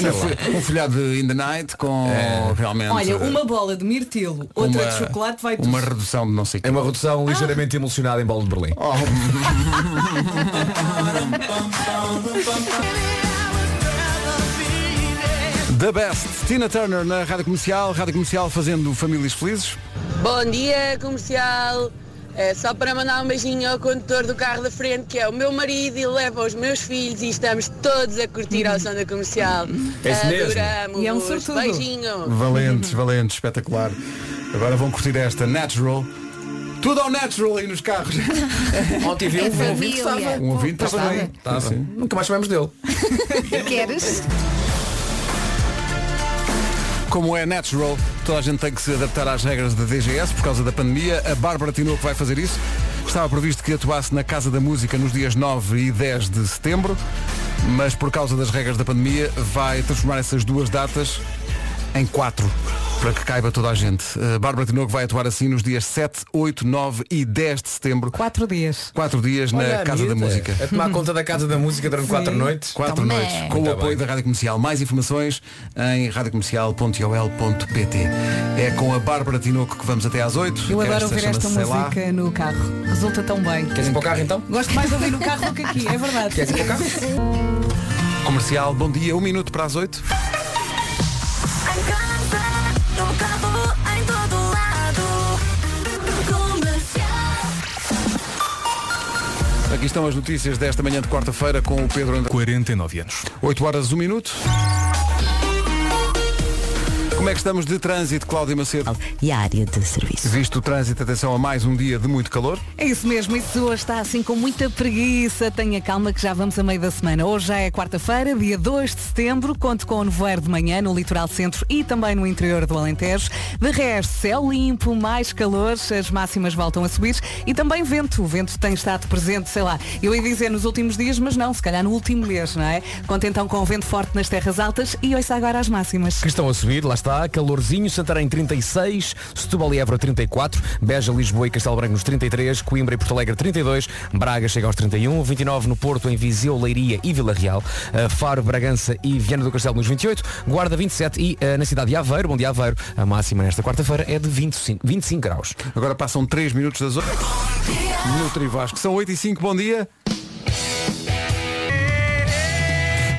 [SPEAKER 2] Não, foi- Um folhado de In the Night com realmente.
[SPEAKER 4] Olha, uma bola de mirtilo,
[SPEAKER 2] uma-
[SPEAKER 4] outra de chocolate vai tudo.
[SPEAKER 2] Uma redução de não sei o
[SPEAKER 6] É
[SPEAKER 2] quê.
[SPEAKER 6] uma
[SPEAKER 4] Ah.
[SPEAKER 6] redução ligeiramente emocionada em bolo de Berlim.
[SPEAKER 2] The Best, Tina Turner na Rádio Comercial, Rádio Comercial fazendo famílias felizes.
[SPEAKER 7] Bom dia, comercial. É só para mandar um beijinho ao condutor do carro da frente, que é o meu marido e leva os meus filhos e estamos todos a curtir ao som da comercial.
[SPEAKER 6] É isso mesmo.
[SPEAKER 7] Adoramos.
[SPEAKER 4] E é um sortudo.
[SPEAKER 7] Beijinho.
[SPEAKER 2] Valentes, valentes, espetacular. Agora vão curtir esta Natural. Tudo ao natural aí nos carros.
[SPEAKER 6] Ontem vi
[SPEAKER 5] É
[SPEAKER 6] um ouvinte que
[SPEAKER 5] família.
[SPEAKER 6] estava.
[SPEAKER 2] Um ouvinte
[SPEAKER 5] Pois
[SPEAKER 2] estava bem.
[SPEAKER 6] Estava.
[SPEAKER 2] Sim.
[SPEAKER 6] Tá, Nunca mais chamamos dele.
[SPEAKER 5] Queres?
[SPEAKER 2] Como é natural, toda a gente tem que se adaptar às regras da DGS por causa da pandemia. A Bárbara Tinoco vai fazer isso. Estava previsto que atuasse na Casa da Música nos dias 9 e 10 de setembro, mas por causa das regras da pandemia vai transformar essas duas datas em quatro, para que caiba toda a gente. A Bárbara Tinoco vai atuar assim nos dias 7, 8, 9 e 10 de setembro.
[SPEAKER 4] Quatro dias.
[SPEAKER 2] Quatro dias na
[SPEAKER 6] Olha,
[SPEAKER 2] Casa da
[SPEAKER 6] miúda,
[SPEAKER 2] Música.
[SPEAKER 6] A É tomar conta da Casa da Música durante quatro noites.
[SPEAKER 2] Quatro
[SPEAKER 4] Então,
[SPEAKER 5] Também.
[SPEAKER 2] noites, com o
[SPEAKER 6] Muito
[SPEAKER 2] apoio
[SPEAKER 6] bem.
[SPEAKER 2] da Rádio Comercial. Mais informações em radiocomercial.ol.pt É com a Bárbara Tinoco que vamos até às oito.
[SPEAKER 4] Eu adoro ouvir esta
[SPEAKER 2] chama-se Sei Lá.
[SPEAKER 4] música no carro. Resulta tão bem.
[SPEAKER 2] um
[SPEAKER 6] Queres ir para o carro então?
[SPEAKER 4] Gosto mais de ouvir no carro do que aqui, é verdade.
[SPEAKER 6] Queres ir para o carro?
[SPEAKER 2] (laughs) Comercial, bom dia, um minuto para as oito.
[SPEAKER 1] Em casa, no carro, em todo lado. Comercial.
[SPEAKER 2] Aqui estão as notícias desta manhã de quarta-feira com o Pedro Andrade.
[SPEAKER 8] 49 anos.
[SPEAKER 2] 8 horas, um minuto. Como é que estamos de trânsito, Cláudio Macedo?
[SPEAKER 3] E a área de serviço.
[SPEAKER 2] Visto o trânsito, atenção a mais um dia de muito calor.
[SPEAKER 4] É isso mesmo, e se hoje está assim com muita preguiça, tenha calma que já vamos a meio da semana. Hoje já é quarta-feira, dia 2 de setembro, conto com o nevoeiro de manhã no litoral centro e também no interior do Alentejo. De resto, céu limpo, mais calor, as máximas voltam a subir e também vento. O vento tem estado presente, sei lá, eu ia dizer nos últimos dias, mas não, se calhar no último mês, não é? Conto então com o vento forte nas terras altas e ouça agora as máximas.
[SPEAKER 6] que estão a subir, lá está, calorzinho, Santarém 36, Setúbal e Évora 34, Beja, Lisboa e Castelo Branco nos 33, Coimbra e Porto Alegre 32, Braga chega aos 31, 29 no Porto, em Viseu, Leiria e Vila Real, eh, Faro, Bragança e Viana do Castelo nos 28, Guarda 27 e eh, na cidade de Aveiro, bom dia Aveiro, a máxima nesta quarta-feira é de 25, 25 graus.
[SPEAKER 2] Agora passam 3 minutos das 8. No Trivasco. São 8 e 5, bom dia.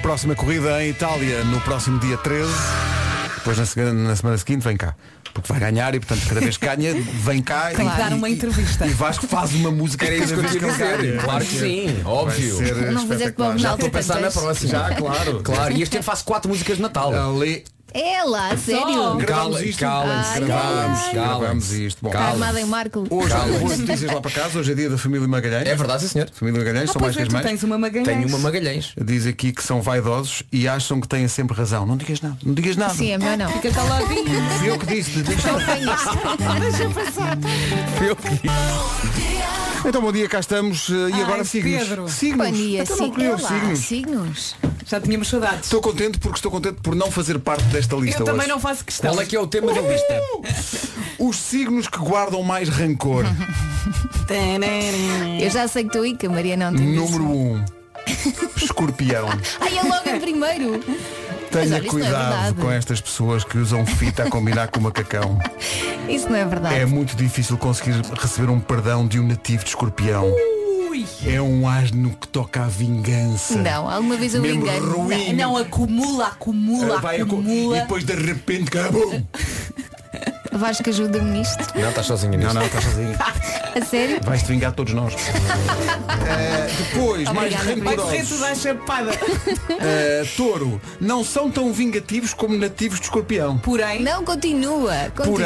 [SPEAKER 2] Próxima corrida em Itália, no próximo dia 13. Depois na, seg- na semana seguinte vem cá. Porque vai ganhar e portanto cada vez que ganha, vem cá
[SPEAKER 4] Tem
[SPEAKER 2] e,
[SPEAKER 4] que dar uma
[SPEAKER 2] e-
[SPEAKER 4] entrevista.
[SPEAKER 2] E Vasco faz uma música
[SPEAKER 6] Era isso que eu
[SPEAKER 2] cada vez
[SPEAKER 6] tinha a
[SPEAKER 2] ele
[SPEAKER 6] dizer.
[SPEAKER 2] ganha.
[SPEAKER 6] Claro
[SPEAKER 2] Vai
[SPEAKER 6] que
[SPEAKER 2] ser-
[SPEAKER 6] sim,
[SPEAKER 2] vai
[SPEAKER 6] óbvio.
[SPEAKER 2] ser
[SPEAKER 5] Não vou dizer que vamos
[SPEAKER 2] espetacular.
[SPEAKER 5] já
[SPEAKER 6] Estou a pensar na próxima.
[SPEAKER 2] Já, claro.
[SPEAKER 6] Claro, e este ano faço quatro músicas de Natal.
[SPEAKER 2] Ali.
[SPEAKER 5] É lá, a sério.
[SPEAKER 2] Gravamos
[SPEAKER 6] Calem-se,
[SPEAKER 2] isto.
[SPEAKER 6] calem-se,
[SPEAKER 2] Gravamos,
[SPEAKER 6] calem-se,
[SPEAKER 2] gravamos
[SPEAKER 6] calem-se.
[SPEAKER 2] isto. Bom,
[SPEAKER 5] Está
[SPEAKER 6] Calma.
[SPEAKER 5] armada em Marco.
[SPEAKER 2] hoje há
[SPEAKER 6] Calem-se.
[SPEAKER 2] boas notícias lá para casa. Hoje é dia da família Magalhães.
[SPEAKER 6] É verdade, sim senhor.
[SPEAKER 2] Família Magalhães,
[SPEAKER 4] Ah,
[SPEAKER 2] são mais
[SPEAKER 4] pois é,
[SPEAKER 2] que as
[SPEAKER 4] tu
[SPEAKER 2] mães.
[SPEAKER 4] tens uma magalhães.
[SPEAKER 6] Tenho uma Magalhães.
[SPEAKER 2] diz aqui que são vaidosos e acham que têm sempre razão. Não digas nada, não digas nada.
[SPEAKER 5] Sim, é meu não.
[SPEAKER 2] (laughs)
[SPEAKER 4] Fica caladinho.
[SPEAKER 2] Fui eu que disse. (laughs)
[SPEAKER 6] Foi eu que disse.
[SPEAKER 2] Então bom dia, cá estamos. eh, E
[SPEAKER 4] Ai,
[SPEAKER 2] agora signos.
[SPEAKER 4] Pedro.
[SPEAKER 2] Signos.
[SPEAKER 5] Bom dia,
[SPEAKER 2] Então não
[SPEAKER 5] sig-
[SPEAKER 2] escolheu
[SPEAKER 5] é lá,
[SPEAKER 2] signos.
[SPEAKER 5] signos.
[SPEAKER 4] Já tínhamos saudades.
[SPEAKER 2] Estou contente porque estou contente por não fazer parte desta lista
[SPEAKER 4] Eu também
[SPEAKER 2] hoje. Uh!
[SPEAKER 4] não faço questão.
[SPEAKER 6] Qual é que é o tema da lista?
[SPEAKER 2] Os signos que guardam mais rancor.
[SPEAKER 5] (laughs)
[SPEAKER 4] É.
[SPEAKER 5] Eu já sei que tu e que a Maria não tem
[SPEAKER 2] Número
[SPEAKER 5] isso.
[SPEAKER 2] 1. Um,
[SPEAKER 5] (laughs)
[SPEAKER 2] escorpião.
[SPEAKER 5] Ai, é logo em primeiro. Mas olha,
[SPEAKER 2] Tenha
[SPEAKER 5] isso não é
[SPEAKER 2] cuidado
[SPEAKER 5] verdade.
[SPEAKER 2] com estas pessoas que usam fita a combinar com macacão.
[SPEAKER 5] Isso não é verdade.
[SPEAKER 2] É muito difícil conseguir receber um perdão de um nativo de escorpião. É um asno que toca à vingança.
[SPEAKER 5] Não, alguma vez eu
[SPEAKER 2] Mesmo
[SPEAKER 5] enganei.
[SPEAKER 2] ruim.
[SPEAKER 4] Não, acumula, acumula,
[SPEAKER 2] Vai acu-
[SPEAKER 4] acumula.
[SPEAKER 2] E depois de repente. Cabum!
[SPEAKER 5] Vasco ajuda-me nisto.
[SPEAKER 6] Não, estás sozinha
[SPEAKER 2] Não,
[SPEAKER 6] nisto.
[SPEAKER 2] não, estás sozinho.
[SPEAKER 5] A sério?
[SPEAKER 2] Vais-te vingar de todos nós. (laughs) Eh, depois, mais
[SPEAKER 5] Obrigada,
[SPEAKER 4] Vai correr
[SPEAKER 2] rancorosos.
[SPEAKER 4] tudo à chapada.
[SPEAKER 2] Eh, touro, não são tão vingativos como nativos de escorpião.
[SPEAKER 4] Porém,
[SPEAKER 5] Não, continua. Continua.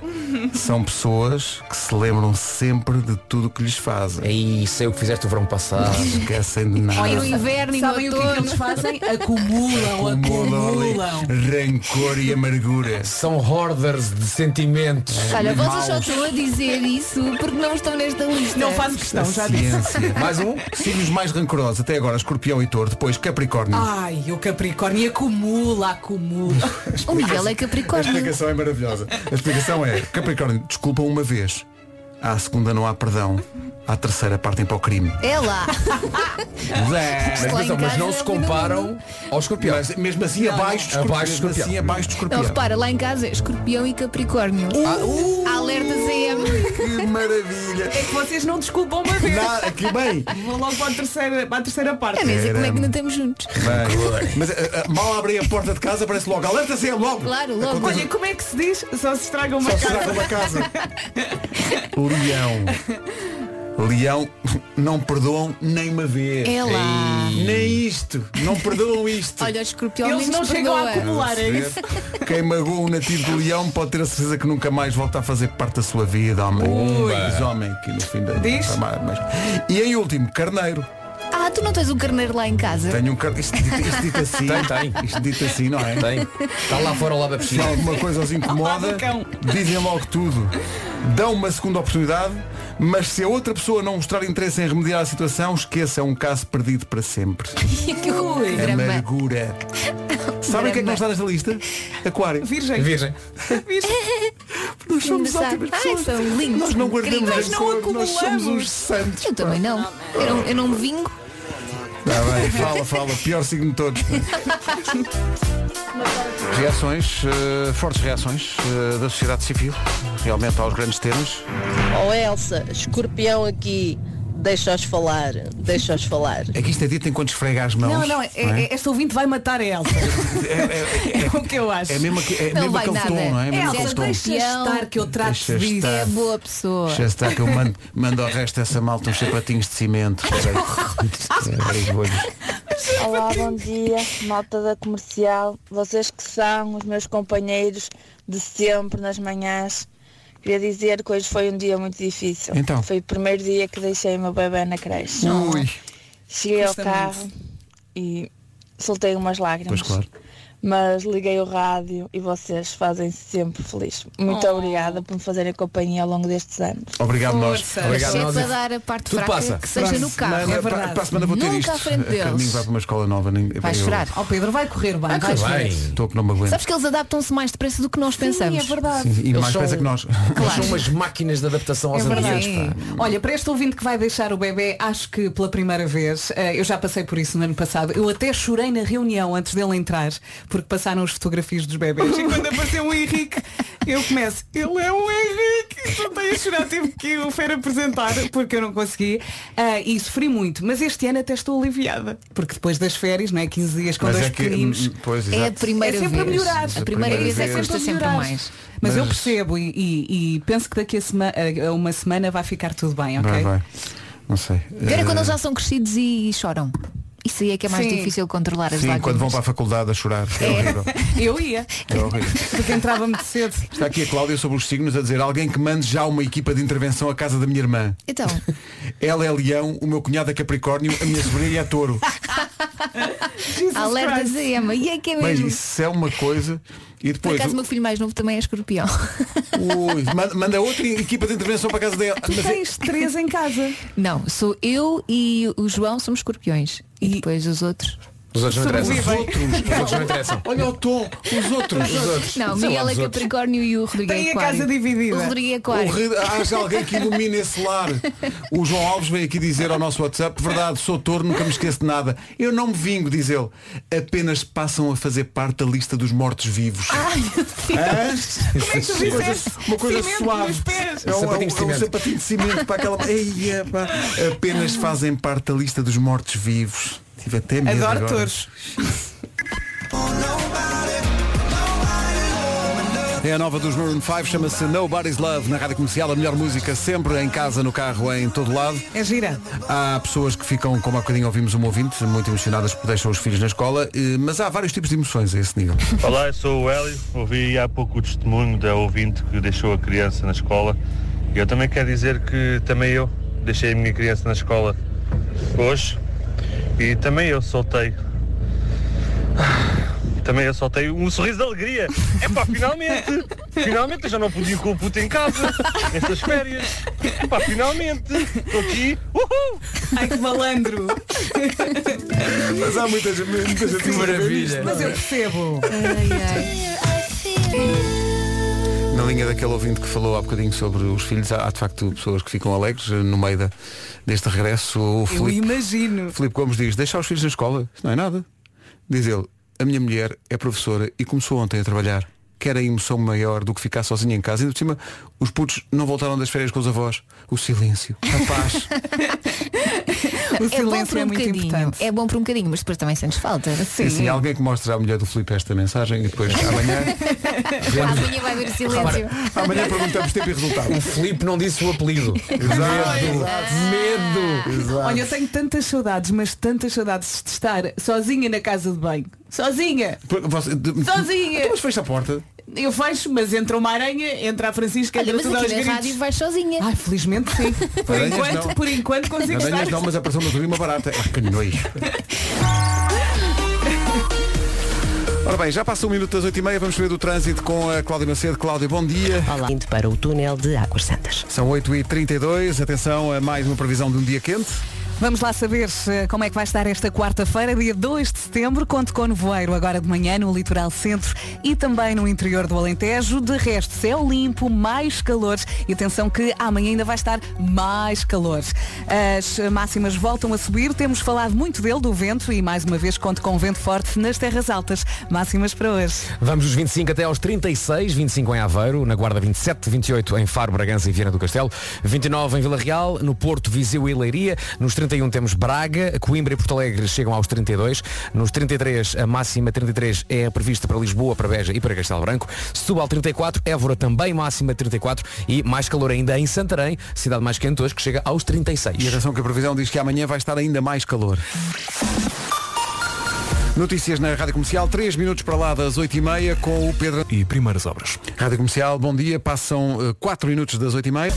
[SPEAKER 2] Porém, são pessoas que se lembram sempre de tudo o que lhes fazem.
[SPEAKER 6] Ei, sei É o que fizeste o verão passado.
[SPEAKER 2] Não se esquecem de nada.
[SPEAKER 5] E no inverno e no
[SPEAKER 4] sabem o que é que eles
[SPEAKER 5] outono.
[SPEAKER 4] fazem? Acumulam,
[SPEAKER 2] Acumulam ali
[SPEAKER 4] acumulam.
[SPEAKER 2] rancor e amargura.
[SPEAKER 6] São hoarders de sentimentos.
[SPEAKER 5] Olha, vocês só
[SPEAKER 2] Maus.
[SPEAKER 5] estão a dizer isso porque não estão nesta lista.
[SPEAKER 4] Não faço questão, já disse.
[SPEAKER 2] É (laughs) Ciência. Mais um? Signos mais rancorosos até agora, escorpião e touro, depois capricórnio.
[SPEAKER 4] Ai, o Capricórnio acumula, acumula.
[SPEAKER 5] O Miguel é
[SPEAKER 2] A
[SPEAKER 5] Capricórnio.
[SPEAKER 2] explicação é maravilhosa. A explicação é, Capricórnio, desculpa uma vez. À segunda não há perdão. À terceira partem para o crime.
[SPEAKER 5] É
[SPEAKER 2] (laughs)
[SPEAKER 5] lá.
[SPEAKER 6] Mas,
[SPEAKER 5] Lá em
[SPEAKER 6] atenção, mas
[SPEAKER 5] casa
[SPEAKER 6] não
[SPEAKER 5] é
[SPEAKER 6] se
[SPEAKER 5] o fim do
[SPEAKER 6] comparam ao escorpião.
[SPEAKER 2] Mas mesmo assim abaixo do
[SPEAKER 6] Abaixo
[SPEAKER 2] escorpião. Mesmo
[SPEAKER 6] do escorpião.
[SPEAKER 2] assim abaixo do
[SPEAKER 5] Não,
[SPEAKER 2] escorpião. Ah,
[SPEAKER 5] repara, lá em casa é escorpião e capricórnio.
[SPEAKER 2] Uh.
[SPEAKER 5] Alerta ZM.
[SPEAKER 2] Que (laughs) maravilha.
[SPEAKER 4] É que vocês não desculpam uma vez.
[SPEAKER 2] Nada, que bem.
[SPEAKER 4] Vou logo para a terceira, para a terceira parte.
[SPEAKER 5] É mesmo, e como é que
[SPEAKER 2] Caramba.
[SPEAKER 5] não estamos juntos?
[SPEAKER 2] Bem, mas eh, eh, mal abri a porta de casa, aparece logo. Alerta se logo.
[SPEAKER 5] Claro, logo.
[SPEAKER 4] Olha, como é que se diz? Só se estraga uma
[SPEAKER 2] Só
[SPEAKER 4] casa.
[SPEAKER 2] será uma casa. Leão. Leão, não perdoam nem uma vez.
[SPEAKER 5] É lá.
[SPEAKER 2] Nem isto. Não perdoam isto.
[SPEAKER 5] Olha, o escorpião
[SPEAKER 4] Eles
[SPEAKER 5] menos
[SPEAKER 4] não chegam a
[SPEAKER 5] perdoa.
[SPEAKER 4] acumular, é isso?
[SPEAKER 2] Quem magoou um nativo de leão pode ter a certeza que nunca mais volta a fazer parte da sua vida, homem. Diz homem que no fim da
[SPEAKER 4] Diz.
[SPEAKER 2] da- mas- E em último, carneiro.
[SPEAKER 5] Ah, tu não tens um carneiro lá em casa?
[SPEAKER 2] Tenho um carneiro. Isto, dito- isto dito assim.
[SPEAKER 6] Tem, tem.
[SPEAKER 2] Isto dito assim, não é?
[SPEAKER 6] Tem. Está lá fora ao lado da
[SPEAKER 2] Se
[SPEAKER 6] piscina.
[SPEAKER 2] alguma coisa os
[SPEAKER 4] Ao lado
[SPEAKER 2] incomoda,
[SPEAKER 4] do cão.
[SPEAKER 2] dizem logo tudo. Dão uma segunda oportunidade, mas se a outra pessoa não mostrar interesse em remediar a situação, esqueça, é um caso perdido para sempre.
[SPEAKER 5] (laughs) que horror, drama.
[SPEAKER 2] Amargura. É Sabem o que é que não está nesta lista? Aquário.
[SPEAKER 4] Virgem.
[SPEAKER 6] Virgem.
[SPEAKER 4] Virgem.
[SPEAKER 2] Nós somos
[SPEAKER 5] Engraçado.
[SPEAKER 2] ótimas
[SPEAKER 5] Ai,
[SPEAKER 2] pessoas.
[SPEAKER 5] são lindos,
[SPEAKER 2] nós não guardamos
[SPEAKER 5] incríveis.
[SPEAKER 4] Nós
[SPEAKER 2] rancor,
[SPEAKER 4] não
[SPEAKER 2] nós somos
[SPEAKER 4] acumulamos.
[SPEAKER 2] uns santos.
[SPEAKER 5] Eu também não. Eu não, eu não me vingo.
[SPEAKER 2] Tá bem, (laughs) fala, fala. Pior signo de
[SPEAKER 5] (laughs)
[SPEAKER 2] todos. Reações, eh, fortes reações eh, da sociedade civil, realmente aos grandes temas.
[SPEAKER 8] Oh Elsa, escorpião aqui, deixa-os falar, deixa-os falar.
[SPEAKER 2] É que isto é dito enquanto esfrega as mãos.
[SPEAKER 4] Não, não, é,
[SPEAKER 2] não é?
[SPEAKER 4] é- este ouvinte vai matar a Elsa. É o que eu acho.
[SPEAKER 2] É mesmo, aqui- é
[SPEAKER 5] Não
[SPEAKER 2] mesmo
[SPEAKER 5] vai
[SPEAKER 2] aquele
[SPEAKER 5] nada.
[SPEAKER 2] tom, não é?
[SPEAKER 5] É
[SPEAKER 2] mesmo
[SPEAKER 5] algo
[SPEAKER 2] aquele
[SPEAKER 4] Elsa,
[SPEAKER 2] tom.
[SPEAKER 4] deixa estar que eu trato
[SPEAKER 2] Deixa
[SPEAKER 4] disso.
[SPEAKER 2] estar.
[SPEAKER 5] É boa pessoa.
[SPEAKER 2] Deixa estar que eu mando, mando ao resto dessa malta uns sapatinhos de cimento. Espera aí. Espera aí, vou-lhes-
[SPEAKER 9] (laughs) Olá, bom dia, malta da comercial. Vocês que são os meus companheiros de sempre nas manhãs. Queria dizer que hoje foi um dia muito difícil.
[SPEAKER 2] Então.
[SPEAKER 9] Foi o primeiro dia que deixei o meu bebê na creche.
[SPEAKER 2] Ui,
[SPEAKER 9] Cheguei ao
[SPEAKER 4] Custa
[SPEAKER 9] carro e soltei umas lágrimas.
[SPEAKER 2] Pois claro.
[SPEAKER 9] Mas liguei o rádio e vocês fazem sempre feliz. Muito
[SPEAKER 8] Oh.
[SPEAKER 9] obrigada por me fazerem companhia ao longo destes anos.
[SPEAKER 2] obrigado nós.
[SPEAKER 4] Força.
[SPEAKER 6] Obrigado
[SPEAKER 5] Exceto
[SPEAKER 6] nós.
[SPEAKER 5] a É dar a parte
[SPEAKER 6] Tudo
[SPEAKER 5] fraca
[SPEAKER 6] passa.
[SPEAKER 5] que seja no
[SPEAKER 2] Para a
[SPEAKER 5] carro.
[SPEAKER 2] semana-
[SPEAKER 4] É verdade.
[SPEAKER 2] para- Para a semana vou ter
[SPEAKER 5] Nunca
[SPEAKER 2] isto.
[SPEAKER 5] à frente
[SPEAKER 2] A Carminho
[SPEAKER 5] deles.
[SPEAKER 2] vai para uma escola nova. nem-
[SPEAKER 5] Vai
[SPEAKER 2] eu-
[SPEAKER 5] chorar.
[SPEAKER 4] Ó Pedro, vai correr bem. Vai
[SPEAKER 6] Vai.
[SPEAKER 4] correr.
[SPEAKER 2] Estou que não me aguento.
[SPEAKER 5] Sabes que eles adaptam-se mais depressa do que nós
[SPEAKER 2] é
[SPEAKER 5] pensamos.
[SPEAKER 4] verdade.
[SPEAKER 2] E mais
[SPEAKER 6] são-
[SPEAKER 2] pensa que nós.
[SPEAKER 6] Eles são umas máquinas de adaptação aos
[SPEAKER 4] É
[SPEAKER 6] ambientes.
[SPEAKER 4] verdade.
[SPEAKER 2] Tá.
[SPEAKER 4] Olha, para este ouvinte que vai deixar o bebê, acho que pela primeira vez, eh, eu já passei por isso no ano passado, eu até chorei na reunião antes dele entrar, porque passaram as fotografias dos bebés. E quando apareceu o Henrique, eu começo, ele é o Henrique, voltei a chorar, tive que o Fer apresentar, porque eu não consegui. Ah, e sofri muito, mas este ano até estou aliviada, porque depois das férias, não é? 15 dias
[SPEAKER 2] (laughs)
[SPEAKER 4] com
[SPEAKER 2] Mas
[SPEAKER 4] dois
[SPEAKER 2] é que.
[SPEAKER 4] pequeninos.
[SPEAKER 2] Pois,
[SPEAKER 5] É a
[SPEAKER 2] exato.
[SPEAKER 5] primeira
[SPEAKER 4] É sempre a
[SPEAKER 5] vez.
[SPEAKER 4] melhorar.
[SPEAKER 5] A primeira vez é que custa sempre
[SPEAKER 4] melhorar.
[SPEAKER 5] mais.
[SPEAKER 4] Mas, eu
[SPEAKER 2] Mas-
[SPEAKER 4] percebo e, e- e penso que daqui a, sema- a uma semana vai ficar tudo bem, ok?
[SPEAKER 2] Vai, vai. Não sei.
[SPEAKER 5] Pior é quando
[SPEAKER 2] Eh,
[SPEAKER 5] eles já são crescidos e choram. Isso aí é que é mais
[SPEAKER 4] Sim.
[SPEAKER 5] difícil controlar as
[SPEAKER 2] Sim,
[SPEAKER 5] lágrimas.
[SPEAKER 2] quando vão para a faculdade a chorar. É horrível.
[SPEAKER 4] Eu ia,
[SPEAKER 2] É horrível.
[SPEAKER 4] porque entrava muito
[SPEAKER 5] (laughs)
[SPEAKER 4] cedo.
[SPEAKER 2] Está aqui a Cláudia sobre os signos a dizer alguém que mande já uma equipa de intervenção à casa da minha irmã.
[SPEAKER 5] Então,
[SPEAKER 2] Ela é leão, o meu cunhado é capricórnio, a minha sobrinha é
[SPEAKER 5] (laughs)
[SPEAKER 2] touro.
[SPEAKER 5] alerta
[SPEAKER 4] Christ.
[SPEAKER 5] ZM. E é que é
[SPEAKER 2] Mas
[SPEAKER 5] mesmo.
[SPEAKER 2] isso é uma coisa. E
[SPEAKER 5] Por
[SPEAKER 2] depois
[SPEAKER 5] acaso o meu filho mais novo também é escorpião.
[SPEAKER 2] ui, manda- manda outra equipa de intervenção para a casa dela.
[SPEAKER 4] Tu
[SPEAKER 2] Mas é-
[SPEAKER 4] tens três em casa.
[SPEAKER 5] (laughs) Não, sou eu e o João somos escorpiões. E,
[SPEAKER 4] E-
[SPEAKER 5] depois os outros.
[SPEAKER 6] Os outros não interessam.
[SPEAKER 2] os outros, os outros não interessam. Olha o tom, os outros. Os outros.
[SPEAKER 5] Não,
[SPEAKER 6] Sei
[SPEAKER 5] Miguel
[SPEAKER 6] lá,
[SPEAKER 5] é
[SPEAKER 6] os outros.
[SPEAKER 5] Capricórnio e o Rodrigo
[SPEAKER 4] Tem
[SPEAKER 5] é
[SPEAKER 4] a
[SPEAKER 5] Aquário.
[SPEAKER 4] casa dividida.
[SPEAKER 5] O Rodrigo é
[SPEAKER 2] O
[SPEAKER 5] Aquário.
[SPEAKER 2] re- Haja alguém que ilumine esse lar. O João Alves veio aqui dizer ao nosso WhatsApp, verdade, sou touro, nunca me esqueço de nada. Eu não me vingo, diz ele. Apenas passam a fazer parte da lista dos mortos-vivos. Hã?
[SPEAKER 4] é
[SPEAKER 2] Uma coisa- Ah? Uma coisa
[SPEAKER 4] Cimento
[SPEAKER 2] suave.
[SPEAKER 4] nos pés.
[SPEAKER 2] É um, é um-
[SPEAKER 6] Sapatinho de
[SPEAKER 2] é um
[SPEAKER 6] cimento.
[SPEAKER 2] sapatinho de cimento para aquela. Ei, epá. Apenas fazem parte da lista dos mortos-vivos. Tive até medo.
[SPEAKER 4] Adoro
[SPEAKER 2] agora.
[SPEAKER 4] touros.
[SPEAKER 2] É a nova dos Maroon 5, chama-se Nobody's Love, na rádio comercial, a melhor música sempre, em casa, no carro, em todo lado.
[SPEAKER 4] É
[SPEAKER 5] (laughs)
[SPEAKER 4] gira.
[SPEAKER 2] Há pessoas que ficam, como há bocadinho ouvimos um ouvinte, muito emocionadas porque deixam os filhos na escola, eh, mas há vários tipos de emoções a esse nível.
[SPEAKER 10] Olá, eu sou o Hélio. Ouvi há pouco o testemunho da ouvinte que deixou a criança na escola. E eu também quero dizer que também eu deixei a minha criança na escola hoje. E também eu soltei. Também eu soltei um sorriso de alegria. É pá, finalmente! Finalmente eu já não podia com o puto em casa, nestas férias. Epá, finalmente! Estou aqui. Uhul!
[SPEAKER 4] Ai, que malandro.
[SPEAKER 2] Mas há muita gente, muita gente que maravilha.
[SPEAKER 4] Mas eu percebo.
[SPEAKER 2] Na linha daquele ouvinte que falou há bocadinho sobre os filhos, há, há de facto pessoas que ficam alegres eh, no meio da- deste regresso. O
[SPEAKER 4] Eu
[SPEAKER 2] Filipe,
[SPEAKER 4] imagino.
[SPEAKER 2] Filipe Gomes diz, deixar os filhos na escola, isso não é nada. Diz ele, a minha mulher é professora e começou ontem a trabalhar. Quer a emoção maior do que ficar sozinha em casa. Ainda por cima, os putos não voltaram das férias com os avós. O silêncio, a paz.
[SPEAKER 4] O
[SPEAKER 5] É bom
[SPEAKER 4] silêncio
[SPEAKER 5] por
[SPEAKER 4] é
[SPEAKER 5] um
[SPEAKER 4] muito
[SPEAKER 5] bocadinho.
[SPEAKER 4] importante.
[SPEAKER 5] É bom por um bocadinho, mas depois também sentes falta.
[SPEAKER 2] E assim, alguém que mostra à mulher do Filipe esta mensagem e depois amanhã,
[SPEAKER 5] Amanhã vai haver silêncio.
[SPEAKER 2] (laughs)
[SPEAKER 5] (laughs)
[SPEAKER 2] amanhã um perguntamos tempo e resultado.
[SPEAKER 6] O Filipe não disse o apelido.
[SPEAKER 2] Exato.
[SPEAKER 6] Medo.
[SPEAKER 4] Olha, eu tenho tantas saudades, mas tantas saudades de estar sozinha na casa de banho. Sozinha!
[SPEAKER 2] Por- Você, de-
[SPEAKER 4] Sozinha.
[SPEAKER 2] Então, mas fecha a porta.
[SPEAKER 4] Eu fecho, mas entra uma aranha, entra a Francisca,
[SPEAKER 5] Olha,
[SPEAKER 4] entra
[SPEAKER 5] mas
[SPEAKER 4] tudo aos
[SPEAKER 5] aqui na
[SPEAKER 4] gritos.
[SPEAKER 5] rádio vais sozinha.
[SPEAKER 4] Ai, felizmente sim. Por
[SPEAKER 2] Aranhas
[SPEAKER 4] enquanto,
[SPEAKER 2] não.
[SPEAKER 4] por enquanto consigo
[SPEAKER 2] Aranhas
[SPEAKER 4] estar.
[SPEAKER 2] não, mas apareceu uma turma barata. É que (laughs) nojo. Ora bem, já passa um minuto das 8h30, vamos saber do trânsito com a Cláudia Macedo. Cláudia, bom dia.
[SPEAKER 3] Olá, indo para o túnel de Águas Santas.
[SPEAKER 2] São 8h32, atenção a mais uma previsão de um dia quente.
[SPEAKER 4] Vamos lá saber eh, como é que vai estar esta quarta-feira, dia 2 de setembro. Conto com nevoeiro agora de manhã no litoral centro e também no interior do Alentejo. De resto, céu limpo, mais calor. E atenção que amanhã ainda vai estar mais calor. As máximas voltam a subir. Temos falado muito dele, do vento, e mais uma vez conto com vento forte nas terras altas. Máximas para hoje.
[SPEAKER 6] Vamos dos 25 até aos 36, 25 em Aveiro, na Guarda 27, 28 em Faro, Bragança e Viana do Castelo, 29 em Vila Real, no Porto, Viseu e Leiria, nos 31 temos Braga, Coimbra e Porto Alegre chegam aos 32, nos 33 a máxima 33 é a prevista para Lisboa, para Beja e para Castelo Branco, Setúbal 34, Évora também máxima 34 e mais calor ainda em Santarém, cidade mais quente hoje que chega aos 36.
[SPEAKER 2] E atenção que a previsão diz que amanhã vai estar ainda mais calor. Notícias na Rádio Comercial, 3 minutos para lá das 8h30 com o Pedro.
[SPEAKER 11] E primeiras obras.
[SPEAKER 2] Rádio Comercial, bom dia. Passam 4 minutos das 8h30.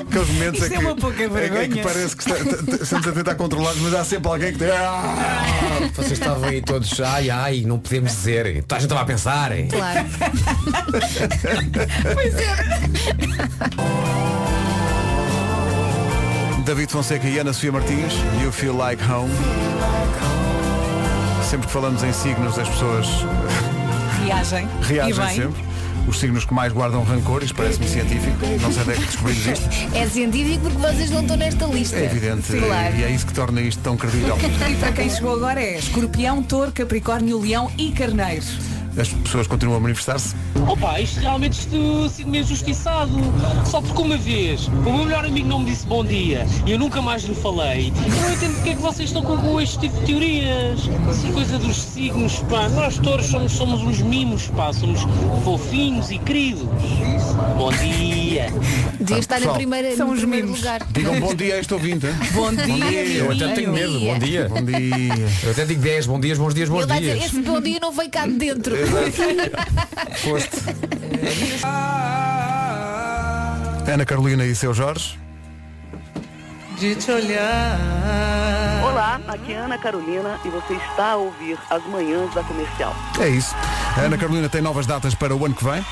[SPEAKER 2] Aqueles momentos
[SPEAKER 4] Isto
[SPEAKER 2] é
[SPEAKER 4] é
[SPEAKER 2] que,
[SPEAKER 4] uma pouca
[SPEAKER 2] é que- é que
[SPEAKER 4] vergonha.
[SPEAKER 2] parece que está- t- t- estamos a tentar controlar, mas há sempre alguém que tem. Ah!
[SPEAKER 6] Vocês estavam aí todos, ai, ai, não podemos dizer, Toda a gente estava a pensar. hein?
[SPEAKER 5] Claro.
[SPEAKER 2] David Fonseca e Ana Sofia Martins, You Feel Like Home. Sempre que falamos em signos, as pessoas
[SPEAKER 4] Viagem. e
[SPEAKER 2] reagem
[SPEAKER 4] bem.
[SPEAKER 2] sempre. Os signos que mais guardam rancores, parece-me científico. Não sei onde é que descobrimos isto.
[SPEAKER 5] É científico porque vocês não estão nesta lista.
[SPEAKER 2] É evidente.
[SPEAKER 5] Claro.
[SPEAKER 2] E é isso que torna isto tão credível.
[SPEAKER 4] E para quem chegou agora é escorpião, touro, capricórnio, leão e carneiro.
[SPEAKER 2] As pessoas continuam a manifestar-se.
[SPEAKER 10] Opa, isto realmente isto sinto-me injustiçado. Só porque uma vez o meu melhor amigo não me disse bom dia e eu nunca mais lhe falei. Eu não entendo porque é que vocês estão com, com este tipo de teorias. Essa coisa dos signos, pá. Nós todos somos, somos uns mimos, pá. Somos fofinhos e queridos. Bom dia.
[SPEAKER 5] Devia estar na
[SPEAKER 2] Tá, Pessoal,
[SPEAKER 5] primeira,
[SPEAKER 4] são
[SPEAKER 5] no
[SPEAKER 4] os
[SPEAKER 5] primeiro
[SPEAKER 4] mimos.
[SPEAKER 5] lugar.
[SPEAKER 2] Digam bom dia a este ouvinte. hein?
[SPEAKER 4] Bom dia,
[SPEAKER 6] Eu até tenho
[SPEAKER 4] menino.
[SPEAKER 6] medo, bom dia.
[SPEAKER 2] Bom dia.
[SPEAKER 6] Eu até digo 10, bom dias, bons dias, bons
[SPEAKER 5] Ele vai dizer,
[SPEAKER 6] dias.
[SPEAKER 5] esse bom dia não veio cá de
[SPEAKER 2] (laughs)
[SPEAKER 5] dentro.
[SPEAKER 2] Foste. Ana Carolina e seu Jorge.
[SPEAKER 4] De te olhar.
[SPEAKER 7] Olá, aqui é Ana Carolina e você está a ouvir as manhãs da comercial.
[SPEAKER 2] É isso. A Ana Carolina tem novas datas para o ano que vem.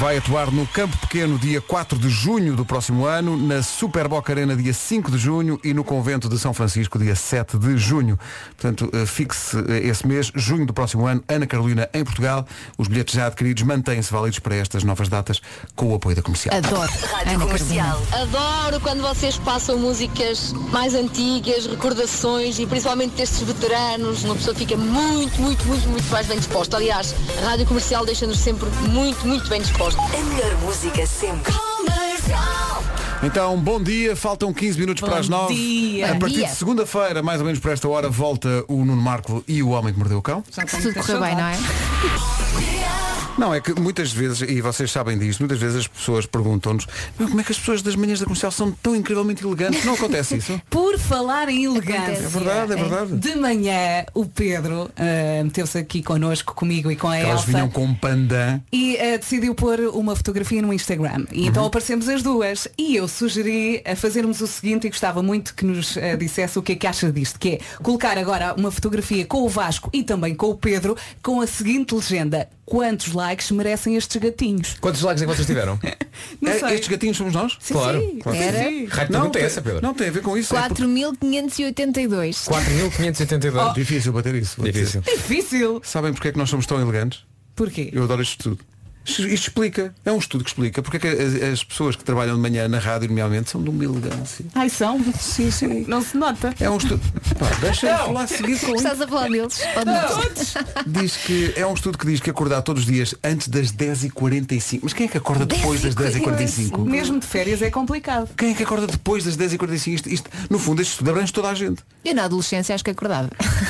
[SPEAKER 2] Vai atuar no Campo Pequeno dia 4 de junho do próximo ano, na Super Boca Arena dia 5 de junho e no Convento de São Francisco dia 7 de junho. Portanto, eh, fixe eh, esse mês, junho do próximo ano, Ana Carolina em Portugal. Os bilhetes já adquiridos mantêm-se válidos para estas novas datas com o apoio da comercial.
[SPEAKER 5] Adoro. Rádio comercial.
[SPEAKER 7] Adoro quando vocês passam músicas mais antigas, recordações e principalmente destes veteranos. Uma pessoa fica muito, muito, muito, muito mais bem disposta. Aliás, a rádio comercial deixa-nos sempre muito, muito bem disposta.
[SPEAKER 1] A melhor música sempre. Comercial.
[SPEAKER 2] Então, bom dia, faltam 15 minutos para as 9.
[SPEAKER 4] dia.
[SPEAKER 2] A
[SPEAKER 5] Bom
[SPEAKER 2] partir
[SPEAKER 5] dia.
[SPEAKER 2] de segunda-feira, mais ou menos por esta hora, volta o Nuno Marco e o Homem que Mordeu o Cão.
[SPEAKER 4] Já tenho
[SPEAKER 5] Se tudo
[SPEAKER 2] é?
[SPEAKER 4] muitas
[SPEAKER 5] correu bem, não é?
[SPEAKER 4] saudades.
[SPEAKER 2] Não, é que muitas vezes, e vocês sabem disto, muitas vezes as pessoas perguntam-nos "Meu, como é que as pessoas das manhãs da comercial são tão incrivelmente elegantes. Não acontece isso?
[SPEAKER 4] Por falar em elegância.
[SPEAKER 2] É verdade, é verdade.
[SPEAKER 4] De manhã, o Pedro ah, meteu-se aqui connosco, comigo e com a
[SPEAKER 2] Que Elas
[SPEAKER 4] É Elsa.
[SPEAKER 2] vinham com um pandã.
[SPEAKER 4] E eh, decidiu pôr uma fotografia no Instagram. E então aparecemos as duas. E eu sugeri a fazermos o seguinte e gostava muito que nos eh, dissesse o que é que acha disto, que é colocar agora uma fotografia com o Vasco e também com o Pedro com a seguinte legenda. Quantos likes merecem estes gatinhos?
[SPEAKER 6] Quantos likes é que vocês tiveram?
[SPEAKER 4] Não
[SPEAKER 2] É,
[SPEAKER 4] sei.
[SPEAKER 2] Estes gatinhos somos nós?
[SPEAKER 4] Sim,
[SPEAKER 6] claro.
[SPEAKER 4] sim.
[SPEAKER 6] claro.
[SPEAKER 5] Era.
[SPEAKER 6] Raio,
[SPEAKER 2] Não,
[SPEAKER 6] não tem
[SPEAKER 2] tem-
[SPEAKER 6] é essa, Pedro.
[SPEAKER 2] Não tem a ver com isso. é por-
[SPEAKER 5] 4.582.
[SPEAKER 6] 4.582.
[SPEAKER 2] é Difícil bater isso. vou
[SPEAKER 6] Oh. Difícil.
[SPEAKER 2] dizer.
[SPEAKER 4] Difícil.
[SPEAKER 2] Sabem porque é que nós somos tão elegantes?
[SPEAKER 4] Porquê?
[SPEAKER 2] Eu adoro este estudo. Isto isto explica, é um estudo que explica porque é que as, as pessoas que trabalham de manhã na rádio, nomeadamente, são de uma elegância.
[SPEAKER 4] Ai, são? Sim, sim. Não se nota.
[SPEAKER 2] É um estudo. Pá, Deixa-me
[SPEAKER 6] Não.
[SPEAKER 2] falar a seguir com isso.
[SPEAKER 5] Estás a falar deles? Ou não?
[SPEAKER 2] Diz que é um estudo que diz que acordar todos os dias antes das 10h45. Mas quem é que acorda depois das 10h45?
[SPEAKER 4] Mesmo de férias é complicado.
[SPEAKER 2] Quem é que acorda depois das 10h45? Isto, isto, no fundo, este estudo abrange toda a gente.
[SPEAKER 5] Eu na adolescência acho
[SPEAKER 2] (laughs)
[SPEAKER 5] que acordava.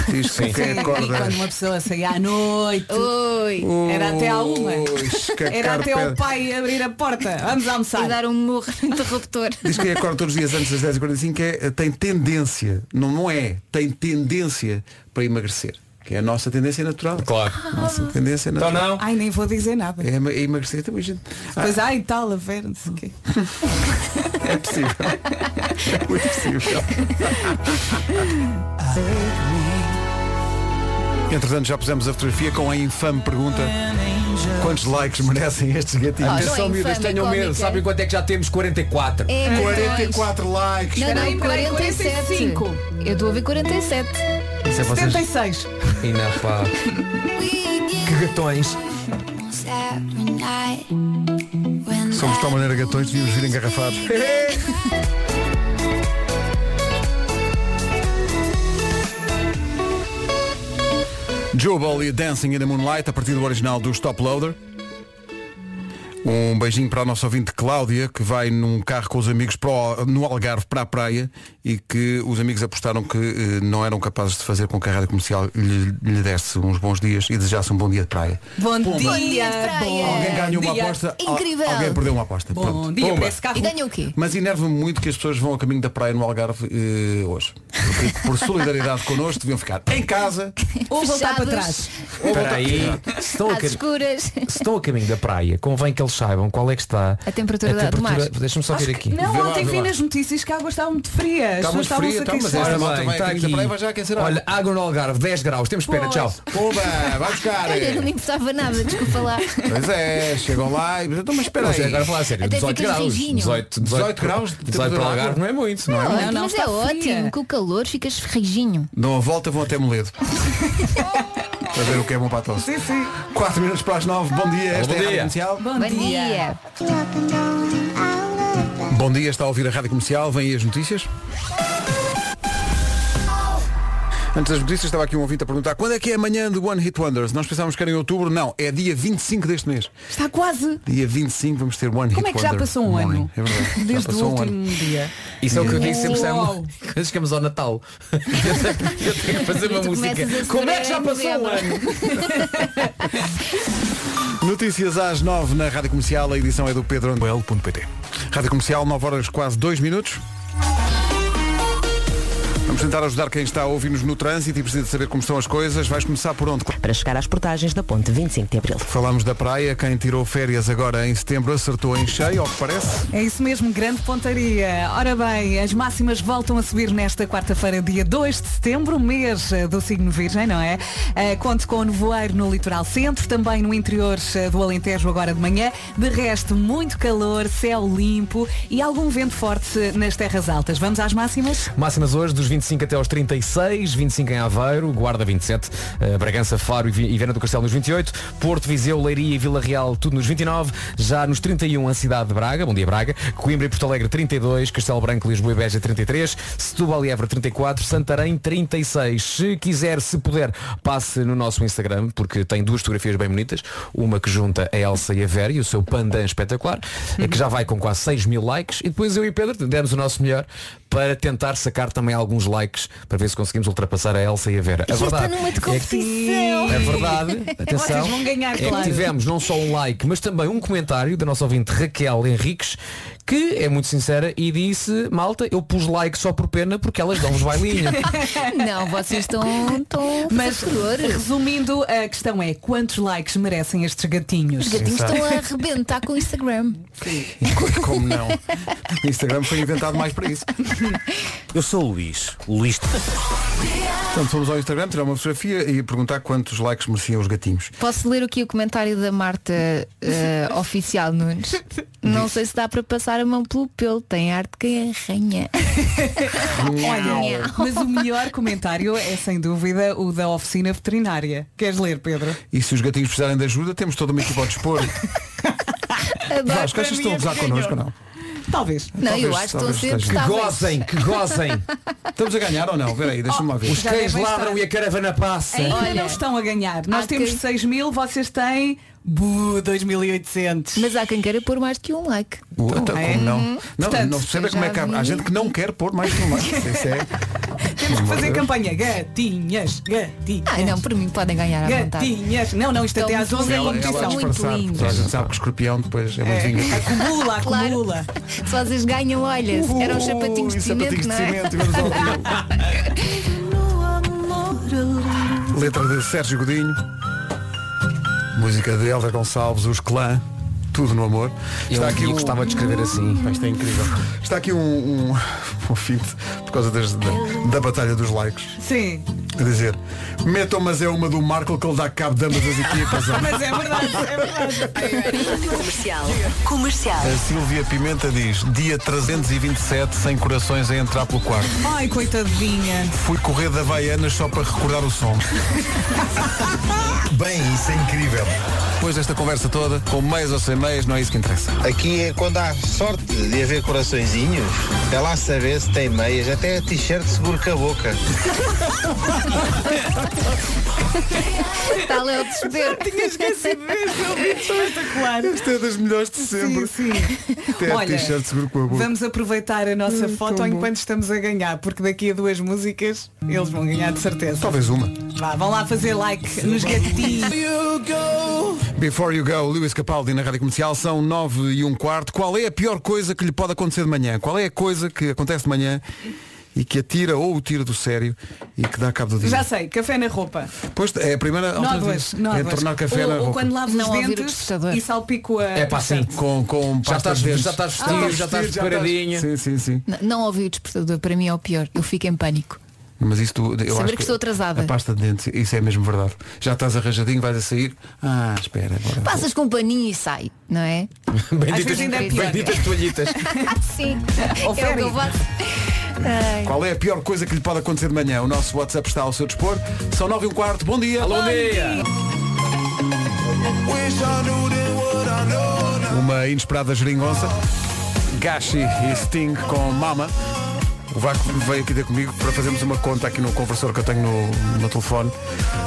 [SPEAKER 2] Diz que quem
[SPEAKER 4] E
[SPEAKER 2] acorda.
[SPEAKER 4] quando uma pessoa saía à noite.
[SPEAKER 5] Oi!
[SPEAKER 4] Era até à uma.
[SPEAKER 2] Ui, que
[SPEAKER 4] Era até
[SPEAKER 2] carpete.
[SPEAKER 4] o pai abrir a porta. Vamos
[SPEAKER 5] E
[SPEAKER 4] almoçar.
[SPEAKER 5] dar um morro no interruptor.
[SPEAKER 2] Diz que é quem acorda todos os dias antes das 10h45 é, tem tendência, não, não é, tem tendência para emagrecer. Que é a nossa tendência natural.
[SPEAKER 6] Claro.
[SPEAKER 2] Nossa tendência
[SPEAKER 6] Então
[SPEAKER 2] natural.
[SPEAKER 6] não.
[SPEAKER 4] Ai, nem vou dizer nada.
[SPEAKER 2] É em- é emagrecer também, gente. Ah,
[SPEAKER 4] Pois ai, tal, a ver, não sei o quê.
[SPEAKER 2] é possível. É muito possível. Entretanto, já pusemos a fotografia com a infame pergunta Quantos likes merecem estes
[SPEAKER 5] Ah,
[SPEAKER 2] gatinhos?
[SPEAKER 5] não.
[SPEAKER 6] Atenção,
[SPEAKER 5] é
[SPEAKER 6] miúdas,
[SPEAKER 5] infame, é
[SPEAKER 6] tenham medo.
[SPEAKER 5] cómica.
[SPEAKER 6] Sabem quanto é que já temos? 44.
[SPEAKER 5] (laughs) É, cartões.
[SPEAKER 2] 44 likes.
[SPEAKER 5] Não,
[SPEAKER 4] Espera aí,
[SPEAKER 5] não,
[SPEAKER 4] espera aí,
[SPEAKER 5] 47.
[SPEAKER 4] 45.
[SPEAKER 5] Eu estou a ver 47.
[SPEAKER 6] Isso é vocês.
[SPEAKER 4] 76.
[SPEAKER 6] E não, pá. Que gatões.
[SPEAKER 2] Somos de tal maneira gatões, devíamos vir (laughs) engarrafados. Jubal e Dancing in the Moonlight, a partir do original do Stop Loader. Um beijinho para a nossa ouvinte Cláudia, que vai num carro com os amigos para o- no Algarve para a praia e que os amigos apostaram que eh, não eram capazes de fazer com que a rádio comercial lhe, lhe desse uns bons dias e desejasse um bom dia de praia.
[SPEAKER 4] Bom
[SPEAKER 5] dia
[SPEAKER 4] dia.
[SPEAKER 5] de praia.
[SPEAKER 6] É,
[SPEAKER 2] Alguém ganhou uma
[SPEAKER 4] dia.
[SPEAKER 2] aposta. al-
[SPEAKER 5] Incrível.
[SPEAKER 2] Alguém perdeu uma aposta.
[SPEAKER 4] Bom
[SPEAKER 2] Pronto.
[SPEAKER 4] dia
[SPEAKER 2] Pumba.
[SPEAKER 4] para esse carro.
[SPEAKER 5] E
[SPEAKER 6] É
[SPEAKER 5] ganha o quê?
[SPEAKER 2] Mas enerva-me muito que as pessoas vão ao caminho da praia no Algarve eh, hoje. Porque, por solidariedade connosco, deviam ficar em casa.
[SPEAKER 4] Ou voltar para trás.
[SPEAKER 5] Fechados,
[SPEAKER 6] Espera aí. Se estão a
[SPEAKER 5] Às
[SPEAKER 6] cam-
[SPEAKER 5] escuras.
[SPEAKER 6] se estão a caminho da praia, convém que eles saibam qual é que está
[SPEAKER 5] A temperatura da- do mar.
[SPEAKER 6] Deixa-me só ver aqui. Tá
[SPEAKER 4] Não,
[SPEAKER 2] Vê lá,
[SPEAKER 4] ontem
[SPEAKER 2] vê
[SPEAKER 4] vi
[SPEAKER 2] lá.
[SPEAKER 4] nas notícias que a água estava muito fria. As
[SPEAKER 2] Está
[SPEAKER 4] pessoas
[SPEAKER 2] muito
[SPEAKER 4] estavam
[SPEAKER 2] fria,
[SPEAKER 4] a
[SPEAKER 2] então, mas
[SPEAKER 4] queixar.
[SPEAKER 2] esta
[SPEAKER 6] Ora
[SPEAKER 2] malta
[SPEAKER 6] bem,
[SPEAKER 2] vai
[SPEAKER 6] está
[SPEAKER 2] aqui da
[SPEAKER 6] aqui.
[SPEAKER 2] praia, vai já aquecer a água.
[SPEAKER 6] Olha, água no Algarve, 10 graus. Temos pena, tchau.
[SPEAKER 2] Pumba, vai buscar.
[SPEAKER 5] (laughs)
[SPEAKER 2] eh.
[SPEAKER 5] Olha, não
[SPEAKER 4] é.
[SPEAKER 5] me importava nada, desculpa lá.
[SPEAKER 2] Pois é, chegam lá e então, mas espera
[SPEAKER 6] Não sei,
[SPEAKER 2] aí.
[SPEAKER 6] agora a falar a sério,
[SPEAKER 5] Até
[SPEAKER 6] 18
[SPEAKER 5] fica
[SPEAKER 6] graus.
[SPEAKER 5] lisinho.
[SPEAKER 6] 18,
[SPEAKER 2] 18 graus de
[SPEAKER 6] 18 para o
[SPEAKER 2] água.
[SPEAKER 6] Algarve não é muito, não é?
[SPEAKER 5] Olha,
[SPEAKER 4] não,
[SPEAKER 5] mas é
[SPEAKER 4] está fria.
[SPEAKER 5] ótimo, com o calor ficas ferrijinho.
[SPEAKER 2] Dão a volta, vão até
[SPEAKER 6] (laughs)
[SPEAKER 2] Moledo. para ver o que é bom para a tosse.
[SPEAKER 4] Sim, sim.
[SPEAKER 2] 4 minutos para as 9, bom dia. Esta é a Rádio
[SPEAKER 6] Bom dia.
[SPEAKER 2] Comercial.
[SPEAKER 4] Bom,
[SPEAKER 5] Bom
[SPEAKER 4] dia.
[SPEAKER 5] dia.
[SPEAKER 2] Bom dia, está a ouvir a Rádio Comercial, vêm aí as notícias. Antes das notícias estava aqui um ouvinte a perguntar quando é que é amanhã de One Hit Wonders? Nós pensávamos que era em outubro, não, é dia 25 deste mês.
[SPEAKER 4] Está quase.
[SPEAKER 2] Dia 25 vamos ter One Hit Wonder.
[SPEAKER 4] Como é que já passou um
[SPEAKER 2] Morning.
[SPEAKER 4] ano?
[SPEAKER 2] É
[SPEAKER 4] (laughs)
[SPEAKER 2] verdade. já
[SPEAKER 4] Desde o
[SPEAKER 2] passou um
[SPEAKER 4] último
[SPEAKER 2] ano.
[SPEAKER 4] dia.
[SPEAKER 6] Isso é o que eu disse sempre
[SPEAKER 4] Uau.
[SPEAKER 6] Quando chegamos ao Natal. (laughs) Eu tenho, eu tenho que fazer uma
[SPEAKER 5] Tu
[SPEAKER 6] música.
[SPEAKER 5] começas a
[SPEAKER 6] Como é que já
[SPEAKER 5] celebrar em
[SPEAKER 6] passou um
[SPEAKER 5] novembro?
[SPEAKER 6] ano?
[SPEAKER 2] Notícias às 9 na Rádio Comercial, a edição é do Pedro Anduel.pt. Rádio Comercial, 9 horas quase 2 minutos. Vamos tentar ajudar quem está a ouvir-nos no trânsito e precisa de saber como estão as coisas. Vais começar por onde?
[SPEAKER 3] Para chegar às portagens da ponte 25 de Abril.
[SPEAKER 2] Falamos da praia, quem tirou férias agora em setembro acertou em cheio, ao que parece.
[SPEAKER 4] É isso mesmo, grande pontaria. Ora bem, as máximas voltam a subir nesta quarta-feira, dia 2 de setembro, mês eh, do signo virgem, não é? Eh, Conto com nevoeiro no litoral centro, também no interior eh, do Alentejo agora de manhã. De resto, muito calor, céu limpo e algum vento forte eh, nas terras altas. Vamos às máximas?
[SPEAKER 6] Máximas hoje dos 25 até aos 36, 25 em Aveiro, Guarda 27, eh, Bragança, Faro e Vi- e Viana do Castelo nos 28, Porto, Viseu, Leiria e Vila Real tudo nos 29, já nos 31 a cidade de Braga, bom dia Braga, Coimbra e Porto Alegre 32, Castelo Branco, Lisboa e Beja 33, Setúbal e Évora 34, Santarém 36. Se quiser, se puder, passe no nosso Instagram, porque tem duas fotografias bem bonitas, uma que junta a Elsa e a Vera e o seu pandan espetacular, é que já vai com quase 6 mil likes, e depois eu e Pedro demos o nosso melhor para tentar sacar também alguns likes para ver se conseguimos ultrapassar a Elsa e a Vera. A
[SPEAKER 5] Isto está
[SPEAKER 6] verdade
[SPEAKER 5] numa de
[SPEAKER 6] é que-
[SPEAKER 5] competição.
[SPEAKER 6] é verdade, atenção,
[SPEAKER 4] Vocês vão ganhar,
[SPEAKER 6] é
[SPEAKER 4] claro.
[SPEAKER 6] que tivemos não só um like, mas também um comentário da nossa ouvinte Raquel Henriques, que é muito sincera e disse, malta, eu pus like só por pena porque elas dão-vos bailinho.
[SPEAKER 5] Não, vocês estão. estão
[SPEAKER 4] (laughs) Mas
[SPEAKER 5] furor.
[SPEAKER 4] resumindo, a questão é quantos likes merecem estes gatinhos?
[SPEAKER 5] Os gatinhos estão a arrebentar com o Instagram.
[SPEAKER 2] Como
[SPEAKER 11] (laughs)
[SPEAKER 2] não? O Instagram foi inventado mais para isso.
[SPEAKER 11] Eu sou o Luís. O Luís.
[SPEAKER 2] Portanto, fomos ao Instagram, tirar uma fotografia e perguntar quantos likes mereciam os gatinhos.
[SPEAKER 5] Posso ler aqui o comentário da Marta eh, Oficial Nunes? Não sei se dá para passar a mão pelo pelo, tem arte que
[SPEAKER 4] (laughs)
[SPEAKER 5] arranha.
[SPEAKER 4] Olha, mas o melhor comentário é sem dúvida o da oficina veterinária. Queres ler, Pedro?
[SPEAKER 2] E se os gatinhos precisarem de ajuda, temos toda uma equipa ao
[SPEAKER 4] (laughs)
[SPEAKER 2] dispor. Vasco, achas que
[SPEAKER 4] é
[SPEAKER 2] estão a gozar connosco ou não?
[SPEAKER 4] Talvez.
[SPEAKER 5] Não, eu acho que estão a ser
[SPEAKER 6] Que
[SPEAKER 5] prestáveis.
[SPEAKER 6] gozem,
[SPEAKER 4] (laughs)
[SPEAKER 6] que gozem.
[SPEAKER 2] Estamos a ganhar ou não? Peraí, deixa-me lá ver.
[SPEAKER 6] Os
[SPEAKER 4] Já
[SPEAKER 6] cães
[SPEAKER 4] devem
[SPEAKER 6] ladram
[SPEAKER 4] estar. É
[SPEAKER 6] e a caravana passa.
[SPEAKER 4] Ainda
[SPEAKER 5] Olha,
[SPEAKER 4] não estão a ganhar.
[SPEAKER 5] há
[SPEAKER 4] Nós temos
[SPEAKER 5] quem-
[SPEAKER 4] 6 mil, vocês têm bu, 2.800.
[SPEAKER 5] Mas há quem queira pôr mais do que um like.
[SPEAKER 2] Oh, então,
[SPEAKER 4] é?
[SPEAKER 2] como não? Não,
[SPEAKER 4] Portanto,
[SPEAKER 2] não se percebe como é que há,
[SPEAKER 5] já
[SPEAKER 2] há
[SPEAKER 5] vi.
[SPEAKER 2] gente que não quer pôr mais que um like. Isso é.
[SPEAKER 4] (laughs) Temos que fazer
[SPEAKER 2] Deus.
[SPEAKER 4] campanha. Gatinhas, gatinhas.
[SPEAKER 5] Ah, não, tá. Então, por mim podem ganhar à vontade.
[SPEAKER 4] Gatinhas. Não, não, isto
[SPEAKER 5] Estão
[SPEAKER 4] até às
[SPEAKER 5] muito
[SPEAKER 4] 11 é
[SPEAKER 5] bem.
[SPEAKER 2] Ela é
[SPEAKER 4] competição.
[SPEAKER 2] disfarçada,
[SPEAKER 5] Muito lindos.
[SPEAKER 2] porque A gente sabe que o escorpião depois é muito
[SPEAKER 4] É,
[SPEAKER 2] vingança.
[SPEAKER 4] acumula,
[SPEAKER 5] (laughs) Claro.
[SPEAKER 4] acumula.
[SPEAKER 5] Se vocês ganham, olha, eram os sapatinhos um de cimento, não é? (laughs)
[SPEAKER 2] Letra de Sérgio Godinho Música de Helder Gonçalves Os Clã tudo no amor.
[SPEAKER 6] Eu
[SPEAKER 2] um-
[SPEAKER 6] gostava de escrever assim.
[SPEAKER 2] Pá, Isto é incrível. Está aqui um, um, (laughs) um ouvinte, por causa das- da, da Batalha dos Likes,
[SPEAKER 4] Sim.
[SPEAKER 2] a dizer: metam, mas é uma do Marco que ele dá cabo de ambas as equipas. ó."
[SPEAKER 4] Mas é verdade, é verdade.
[SPEAKER 1] Comercial. Comercial.
[SPEAKER 12] A Silvia Pimenta diz, dia 327, sem corações a entrar pelo quarto.
[SPEAKER 4] Ai, coitadinha.
[SPEAKER 12] Fui correr da Havaianas só para recordar o som. Bem, isso é incrível. Depois desta conversa toda, com meias ou sem meias, não é isso que interessa.
[SPEAKER 11] Aqui é quando há sorte de haver coraçõezinhos. É lá saber se tem meias, até a t-shirt seguro com a boca.
[SPEAKER 5] Está lá é o desespero.
[SPEAKER 4] Tinha esquecido desse ouvinte espetacular.
[SPEAKER 2] Isto é das melhores de
[SPEAKER 4] Sim,
[SPEAKER 2] sempre.
[SPEAKER 4] sim.
[SPEAKER 2] Até a
[SPEAKER 4] Olha,
[SPEAKER 2] t-shirt seguro com a boca.
[SPEAKER 4] Vamos aproveitar a nossa foto enquanto estamos a ganhar, porque daqui a duas músicas eles vão ganhar de certeza.
[SPEAKER 2] Talvez uma.
[SPEAKER 4] Vá, vão lá fazer like nos gatinhos.
[SPEAKER 2] Before You Go, Lewis Capaldi na Rádio Comercial, são 9 e um quarto. Qual é a pior coisa que lhe pode acontecer de manhã? Qual é a coisa que acontece de manhã e que atira ou o tira do sério e que dá cabo do dia?
[SPEAKER 4] Já sei, café na roupa.
[SPEAKER 2] Pois é a primeira
[SPEAKER 4] Não há
[SPEAKER 2] alternativa.
[SPEAKER 4] duas, não há
[SPEAKER 2] é
[SPEAKER 4] duas.
[SPEAKER 2] tornar café
[SPEAKER 4] ou,
[SPEAKER 2] na
[SPEAKER 4] ou
[SPEAKER 2] roupa.
[SPEAKER 4] quando lavo
[SPEAKER 5] Não
[SPEAKER 4] os
[SPEAKER 5] ouvir o
[SPEAKER 4] dentes
[SPEAKER 5] despertador.
[SPEAKER 4] e salpico a...
[SPEAKER 6] É pá, sim.
[SPEAKER 2] Com, com
[SPEAKER 6] Já
[SPEAKER 2] pasta
[SPEAKER 6] estás,
[SPEAKER 2] de dentes. Ah,
[SPEAKER 6] já estás vestido, já estás preparadinho.
[SPEAKER 2] Sim, sim, sim.
[SPEAKER 5] N- Não ouvi o despertador, para mim é o pior. Eu fico em pânico.
[SPEAKER 2] Mas isso tu, eu
[SPEAKER 5] Saber
[SPEAKER 2] acho
[SPEAKER 5] que estou atrasada.
[SPEAKER 2] A pasta de dentes, isso é mesmo verdade. Já estás arranjadinho, vais a sair. Ah, espera agora.
[SPEAKER 5] Passas com um paninho e sai, não é?
[SPEAKER 4] Às vezes ainda é pior.
[SPEAKER 6] (laughs) Benditas toalhitas.
[SPEAKER 5] (laughs) Sim.
[SPEAKER 4] Ou
[SPEAKER 5] é o que
[SPEAKER 4] Ferry.
[SPEAKER 5] eu faço. Ai.
[SPEAKER 2] Qual é a pior coisa que lhe pode acontecer de manhã? O nosso WhatsApp está ao seu dispor. São 9 e um quarto. Bom dia.
[SPEAKER 6] Alô, dia!
[SPEAKER 2] Uma inesperada geringonça. Gashi e Sting com Mama. O Vasco veio aqui ter comigo para fazermos uma conta aqui no conversor que eu tenho no, no telefone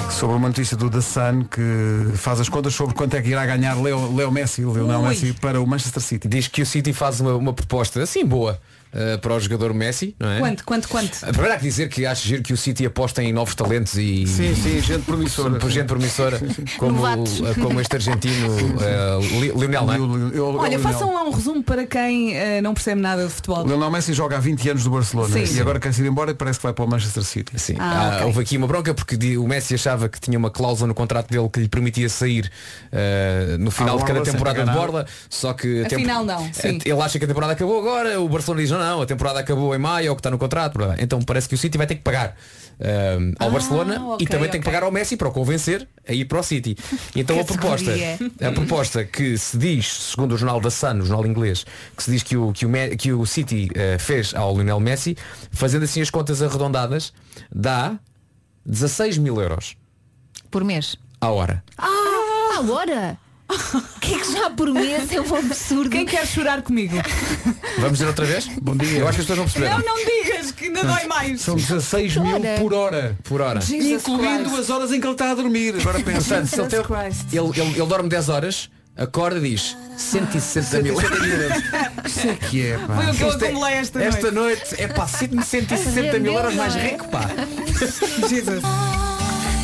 [SPEAKER 2] sobre uma notícia do The Sun que faz as contas sobre quanto é que irá ganhar Leo, Leo Messi, Lionel
[SPEAKER 4] Ui.
[SPEAKER 2] Messi para o Manchester City.
[SPEAKER 6] Diz que o City faz uma, uma proposta assim boa eh, para o jogador Messi, não é?
[SPEAKER 4] Quanto, quanto, quanto?
[SPEAKER 6] A primeira há que dizer que acho giro que o City aposta em novos talentos e
[SPEAKER 2] Sim, sim, gente promissora. né?
[SPEAKER 6] por
[SPEAKER 4] (laughs)
[SPEAKER 6] gente promissora como,
[SPEAKER 5] Novatos.
[SPEAKER 6] eh, como este argentino eh, Li- Lionel, não é?
[SPEAKER 2] Eu- eu-
[SPEAKER 4] Olha,
[SPEAKER 2] eu-
[SPEAKER 4] façam lá um resumo para quem eh, não percebe nada de futebol.
[SPEAKER 2] O Lionel Messi joga há 20 anos do Barcelona
[SPEAKER 4] Sim.
[SPEAKER 2] e
[SPEAKER 4] Sim.
[SPEAKER 2] agora quer se ir embora e parece que vai para o Manchester City.
[SPEAKER 6] Sim,
[SPEAKER 4] Ah,
[SPEAKER 6] Ah,
[SPEAKER 4] ok.
[SPEAKER 6] houve aqui uma bronca porque di- o Messi achava que tinha uma cláusula no contrato dele que lhe permitia sair ah, no final
[SPEAKER 2] À
[SPEAKER 6] de cada
[SPEAKER 2] borla, sem
[SPEAKER 6] temporada de
[SPEAKER 2] pagar
[SPEAKER 6] borla, só que a
[SPEAKER 4] Afinal, não, sim.
[SPEAKER 6] ele acha que a temporada acabou agora, o Barcelona diz não, não, a temporada acabou em maio, é o que está no contrato, blá, blá. então parece que o City vai ter que pagar ah, ao
[SPEAKER 4] Ah,
[SPEAKER 6] Barcelona
[SPEAKER 4] ok,
[SPEAKER 6] e também tem que
[SPEAKER 4] ok.
[SPEAKER 6] pagar ao Messi para o convencer a ir para o City. Então
[SPEAKER 5] Que
[SPEAKER 6] a proposta,
[SPEAKER 5] sabedoria.
[SPEAKER 6] a proposta que se diz, segundo o jornal da Sun, o jornal inglês, que se diz que o, que o, Me- que o City eh, fez ao Lionel Messi, fazendo assim as contas arredondadas, dá 16 mil euros
[SPEAKER 5] Por mês.
[SPEAKER 6] à hora.
[SPEAKER 5] Ah, agora? O que é que já por mês é um absurdo?
[SPEAKER 4] Quem quer chorar comigo?
[SPEAKER 6] Vamos dizer outra vez? Bom dia. Eu acho que as pessoas não
[SPEAKER 4] não,
[SPEAKER 6] perceberam.
[SPEAKER 4] não digas que ainda dói mais.
[SPEAKER 2] São 16 mil
[SPEAKER 5] Olha.
[SPEAKER 2] por hora.
[SPEAKER 6] Por hora.
[SPEAKER 4] Jesus
[SPEAKER 2] Incluindo
[SPEAKER 4] Christ.
[SPEAKER 2] as horas em que ele está a dormir. Agora pensa.
[SPEAKER 6] (laughs) Portanto, se ele,
[SPEAKER 4] Jesus
[SPEAKER 6] tem-
[SPEAKER 4] Christ.
[SPEAKER 6] ele, ele- ele dorme 10 horas,
[SPEAKER 13] acorda e diz 160 mil.
[SPEAKER 2] 160 mil euros. Isso é que é, pá.
[SPEAKER 13] Foi o que eu acumulei
[SPEAKER 4] esta
[SPEAKER 13] noite. (laughs)
[SPEAKER 6] (laughs)
[SPEAKER 13] Esta noite, é pá, sinto-me 160 mil euros mais rico, pá.
[SPEAKER 4] Jesus.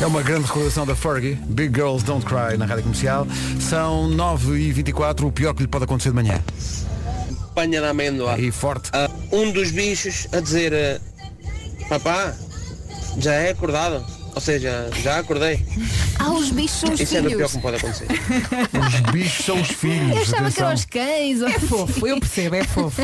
[SPEAKER 2] É uma grande recordação da Fergie, Big Girls Don't Cry, na rádio comercial. São 9h24, o pior que lhe pode acontecer de manhã.
[SPEAKER 14] Panha da amêndoa.
[SPEAKER 2] E forte.
[SPEAKER 14] Ah, um dos bichos a dizer, ah, papá, já é acordado. Ou seja, já acordei.
[SPEAKER 5] Ah, os bichos são os
[SPEAKER 14] Isso é o pior
[SPEAKER 5] filhos.
[SPEAKER 14] que me pode acontecer. (laughs)
[SPEAKER 2] Os bichos são os filhos.
[SPEAKER 5] Eu achava que eram
[SPEAKER 2] atenção.
[SPEAKER 5] os cães. É
[SPEAKER 4] fofo, eu percebo, é fofo.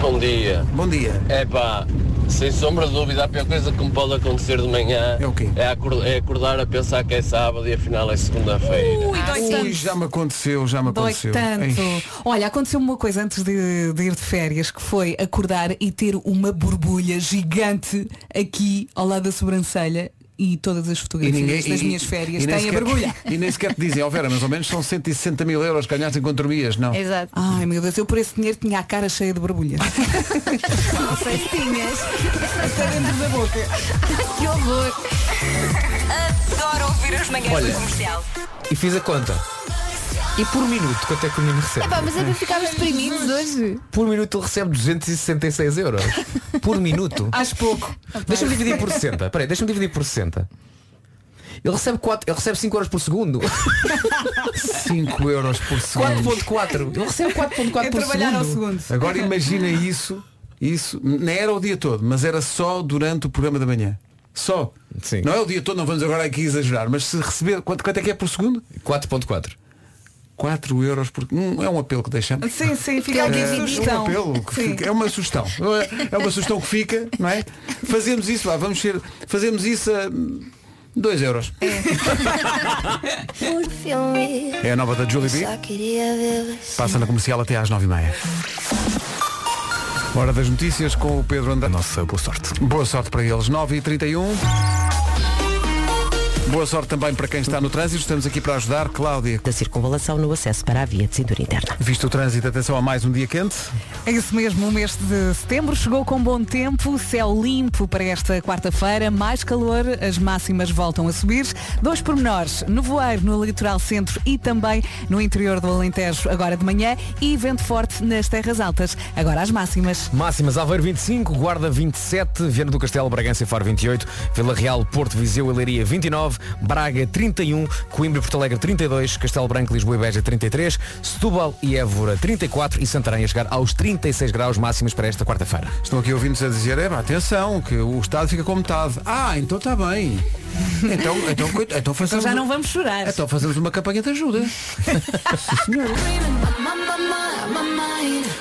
[SPEAKER 14] Bom dia.
[SPEAKER 2] Bom dia.
[SPEAKER 14] É pá, sem sombra de dúvida, a pior coisa que me pode acontecer de manhã é, acor- é acordar a pensar que é sábado e afinal é segunda-feira.
[SPEAKER 4] Ui, dói
[SPEAKER 2] Ui,
[SPEAKER 4] tanto.
[SPEAKER 2] já me aconteceu, já me
[SPEAKER 4] Dói
[SPEAKER 2] aconteceu.
[SPEAKER 4] tanto.
[SPEAKER 2] Ei.
[SPEAKER 4] Olha, aconteceu uma coisa antes de, de ir de férias, que foi acordar e ter uma borbulha gigante aqui ao lado da sobrancelha e todas as fotografias das minhas férias
[SPEAKER 2] e nem
[SPEAKER 4] têm a
[SPEAKER 2] sequer-
[SPEAKER 4] borbulha.
[SPEAKER 2] E nem sequer te dizem, ó Vera, mas ao menos são 160 mil euros que ganhaste enquanto dormias, não?
[SPEAKER 4] Exato. Ai meu Deus, eu por esse dinheiro tinha a cara cheia
[SPEAKER 2] (laughs)
[SPEAKER 4] de borbulhas.
[SPEAKER 5] Não sei se tinhas.
[SPEAKER 4] Até dentro da boca.
[SPEAKER 5] que horror.
[SPEAKER 1] Adoro ouvir as manhãs
[SPEAKER 13] Olha.
[SPEAKER 1] da comercial.
[SPEAKER 13] E fiz a conta. E por minuto, quanto é que o menino recebe?
[SPEAKER 5] Epá, mas é para ficarmos deprimidos hoje.
[SPEAKER 13] Por minuto ele recebe 266 euros. Por minuto.
[SPEAKER 4] (laughs) Acho pouco.
[SPEAKER 13] Deixa-me dividir por 60. Peraí, deixa-me dividir por 60. Ele recebe, 4, ele recebe 5 euros por segundo.
[SPEAKER 2] 5 euros por
[SPEAKER 13] (laughs)
[SPEAKER 2] segundo.
[SPEAKER 13] 4.4. Ele recebe 4.4
[SPEAKER 4] É
[SPEAKER 13] por
[SPEAKER 4] trabalhar ao segundo.
[SPEAKER 2] Agora imagina isso, isso, não era o dia todo, mas era só durante o programa da manhã. Só. Não é o dia todo, não vamos agora aqui exagerar, mas se receber, quanto, quanto é que é por segundo?
[SPEAKER 13] 4.4.
[SPEAKER 2] 4 euros por. Hum, é um apelo que deixamos.
[SPEAKER 4] Sim, sim, fica aqui a
[SPEAKER 2] É,
[SPEAKER 4] sugestão.
[SPEAKER 2] um apelo que
[SPEAKER 4] Sim.
[SPEAKER 2] fica- é uma sugestão. É uma sugestão que fica, não é? Fazemos isso, lá, vamos ser. Fazemos isso a 2 euros. É a nova da Julie B. Passa na comercial até às 9h30. Hora das notícias com o Pedro André. Nossa, boa sorte. Boa sorte para eles. 9h31. Boa sorte também para quem está no trânsito. Estamos aqui para ajudar. Cláudia.
[SPEAKER 3] Da circunvalação no acesso para a via de cintura interna.
[SPEAKER 2] Visto o trânsito, atenção a mais um dia quente.
[SPEAKER 4] É isso mesmo, o mês de setembro chegou com bom tempo, céu limpo para esta quarta-feira, mais calor, as máximas voltam a subir. Dois pormenores, nevoeiro no litoral centro e também no interior do Alentejo agora de manhã e vento forte nas terras altas, agora as máximas.
[SPEAKER 6] Máximas Aveiro 25, Guarda 27, Viana do Castelo, Bragança e Faro 28, Vila Real, Porto Viseu e Leiria 29, Braga 31, Coimbra e Porto Alegre 32, Castelo Branco, Lisboa e Beja 33, Setúbal e Évora 34 e Santarém a chegar aos 36 graus máximos para esta quarta-feira.
[SPEAKER 2] Estão aqui ouvintes a dizer, é, atenção, que o Estado fica com metade. Ah, então está bem. Então, então, coit- então, fazemos,
[SPEAKER 4] já não vamos chorar.
[SPEAKER 2] Então fazemos uma campanha de ajuda. Sim, senhora.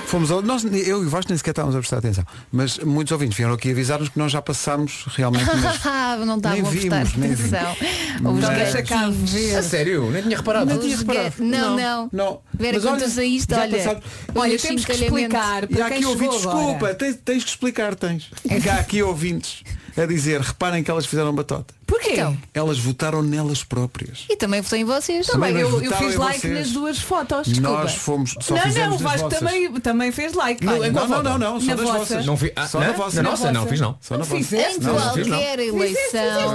[SPEAKER 2] Fomos ao, nós, eu e o Vasco nem sequer estávamos a prestar atenção. Mas muitos ouvintes vieram aqui avisar-nos que nós já passámos realmente. Mas,
[SPEAKER 5] (laughs) não estava a
[SPEAKER 2] Nem
[SPEAKER 5] prestar
[SPEAKER 2] vimos, nem vimos.
[SPEAKER 5] atenção.
[SPEAKER 2] Mas-
[SPEAKER 5] Os
[SPEAKER 2] Deixa
[SPEAKER 5] gatinhos.
[SPEAKER 2] cá ver. A sério? Nem tinha reparado. Não tinha
[SPEAKER 5] Os
[SPEAKER 2] reparado.
[SPEAKER 5] ga- Não, não.
[SPEAKER 2] Não. Não.
[SPEAKER 5] Vera,
[SPEAKER 2] Mas olha,
[SPEAKER 5] contas a isto,
[SPEAKER 2] já
[SPEAKER 5] olha.
[SPEAKER 2] passaram-
[SPEAKER 4] Olha, temos que explicar
[SPEAKER 2] E
[SPEAKER 4] para
[SPEAKER 2] há
[SPEAKER 4] quem
[SPEAKER 2] aqui ouvintes,
[SPEAKER 4] chegou agora.
[SPEAKER 2] desculpa, tens, tens que explicar, tens. E há aqui ouvintes a dizer, reparem que elas fizeram batota.
[SPEAKER 4] Porquê?
[SPEAKER 2] Então, Elas votaram nelas próprias.
[SPEAKER 5] E também votei em vocês.
[SPEAKER 2] Também, Também eu-
[SPEAKER 4] Eu fiz like nas duas fotos, desculpa.
[SPEAKER 2] é Nós fomos- só
[SPEAKER 4] não,
[SPEAKER 2] fizemos
[SPEAKER 4] não, o
[SPEAKER 2] das
[SPEAKER 4] Vasco
[SPEAKER 2] vossas.
[SPEAKER 4] também, também fez like.
[SPEAKER 2] Não,
[SPEAKER 4] Olha,
[SPEAKER 2] em qual
[SPEAKER 4] na
[SPEAKER 2] foto? Não, não, não, só
[SPEAKER 4] na
[SPEAKER 2] das
[SPEAKER 4] vossa.
[SPEAKER 2] vossas.
[SPEAKER 13] Não vi- ah,
[SPEAKER 2] Só
[SPEAKER 13] na,
[SPEAKER 2] na vossa.
[SPEAKER 13] na nossa,
[SPEAKER 2] Na
[SPEAKER 13] não,
[SPEAKER 2] vossa.
[SPEAKER 13] fiz não.
[SPEAKER 2] Só na
[SPEAKER 13] Fiz,
[SPEAKER 2] vossa.
[SPEAKER 5] Em
[SPEAKER 13] Não, não fiz, não.
[SPEAKER 5] qualquer
[SPEAKER 4] Fizeste, fizeste,
[SPEAKER 5] eleição.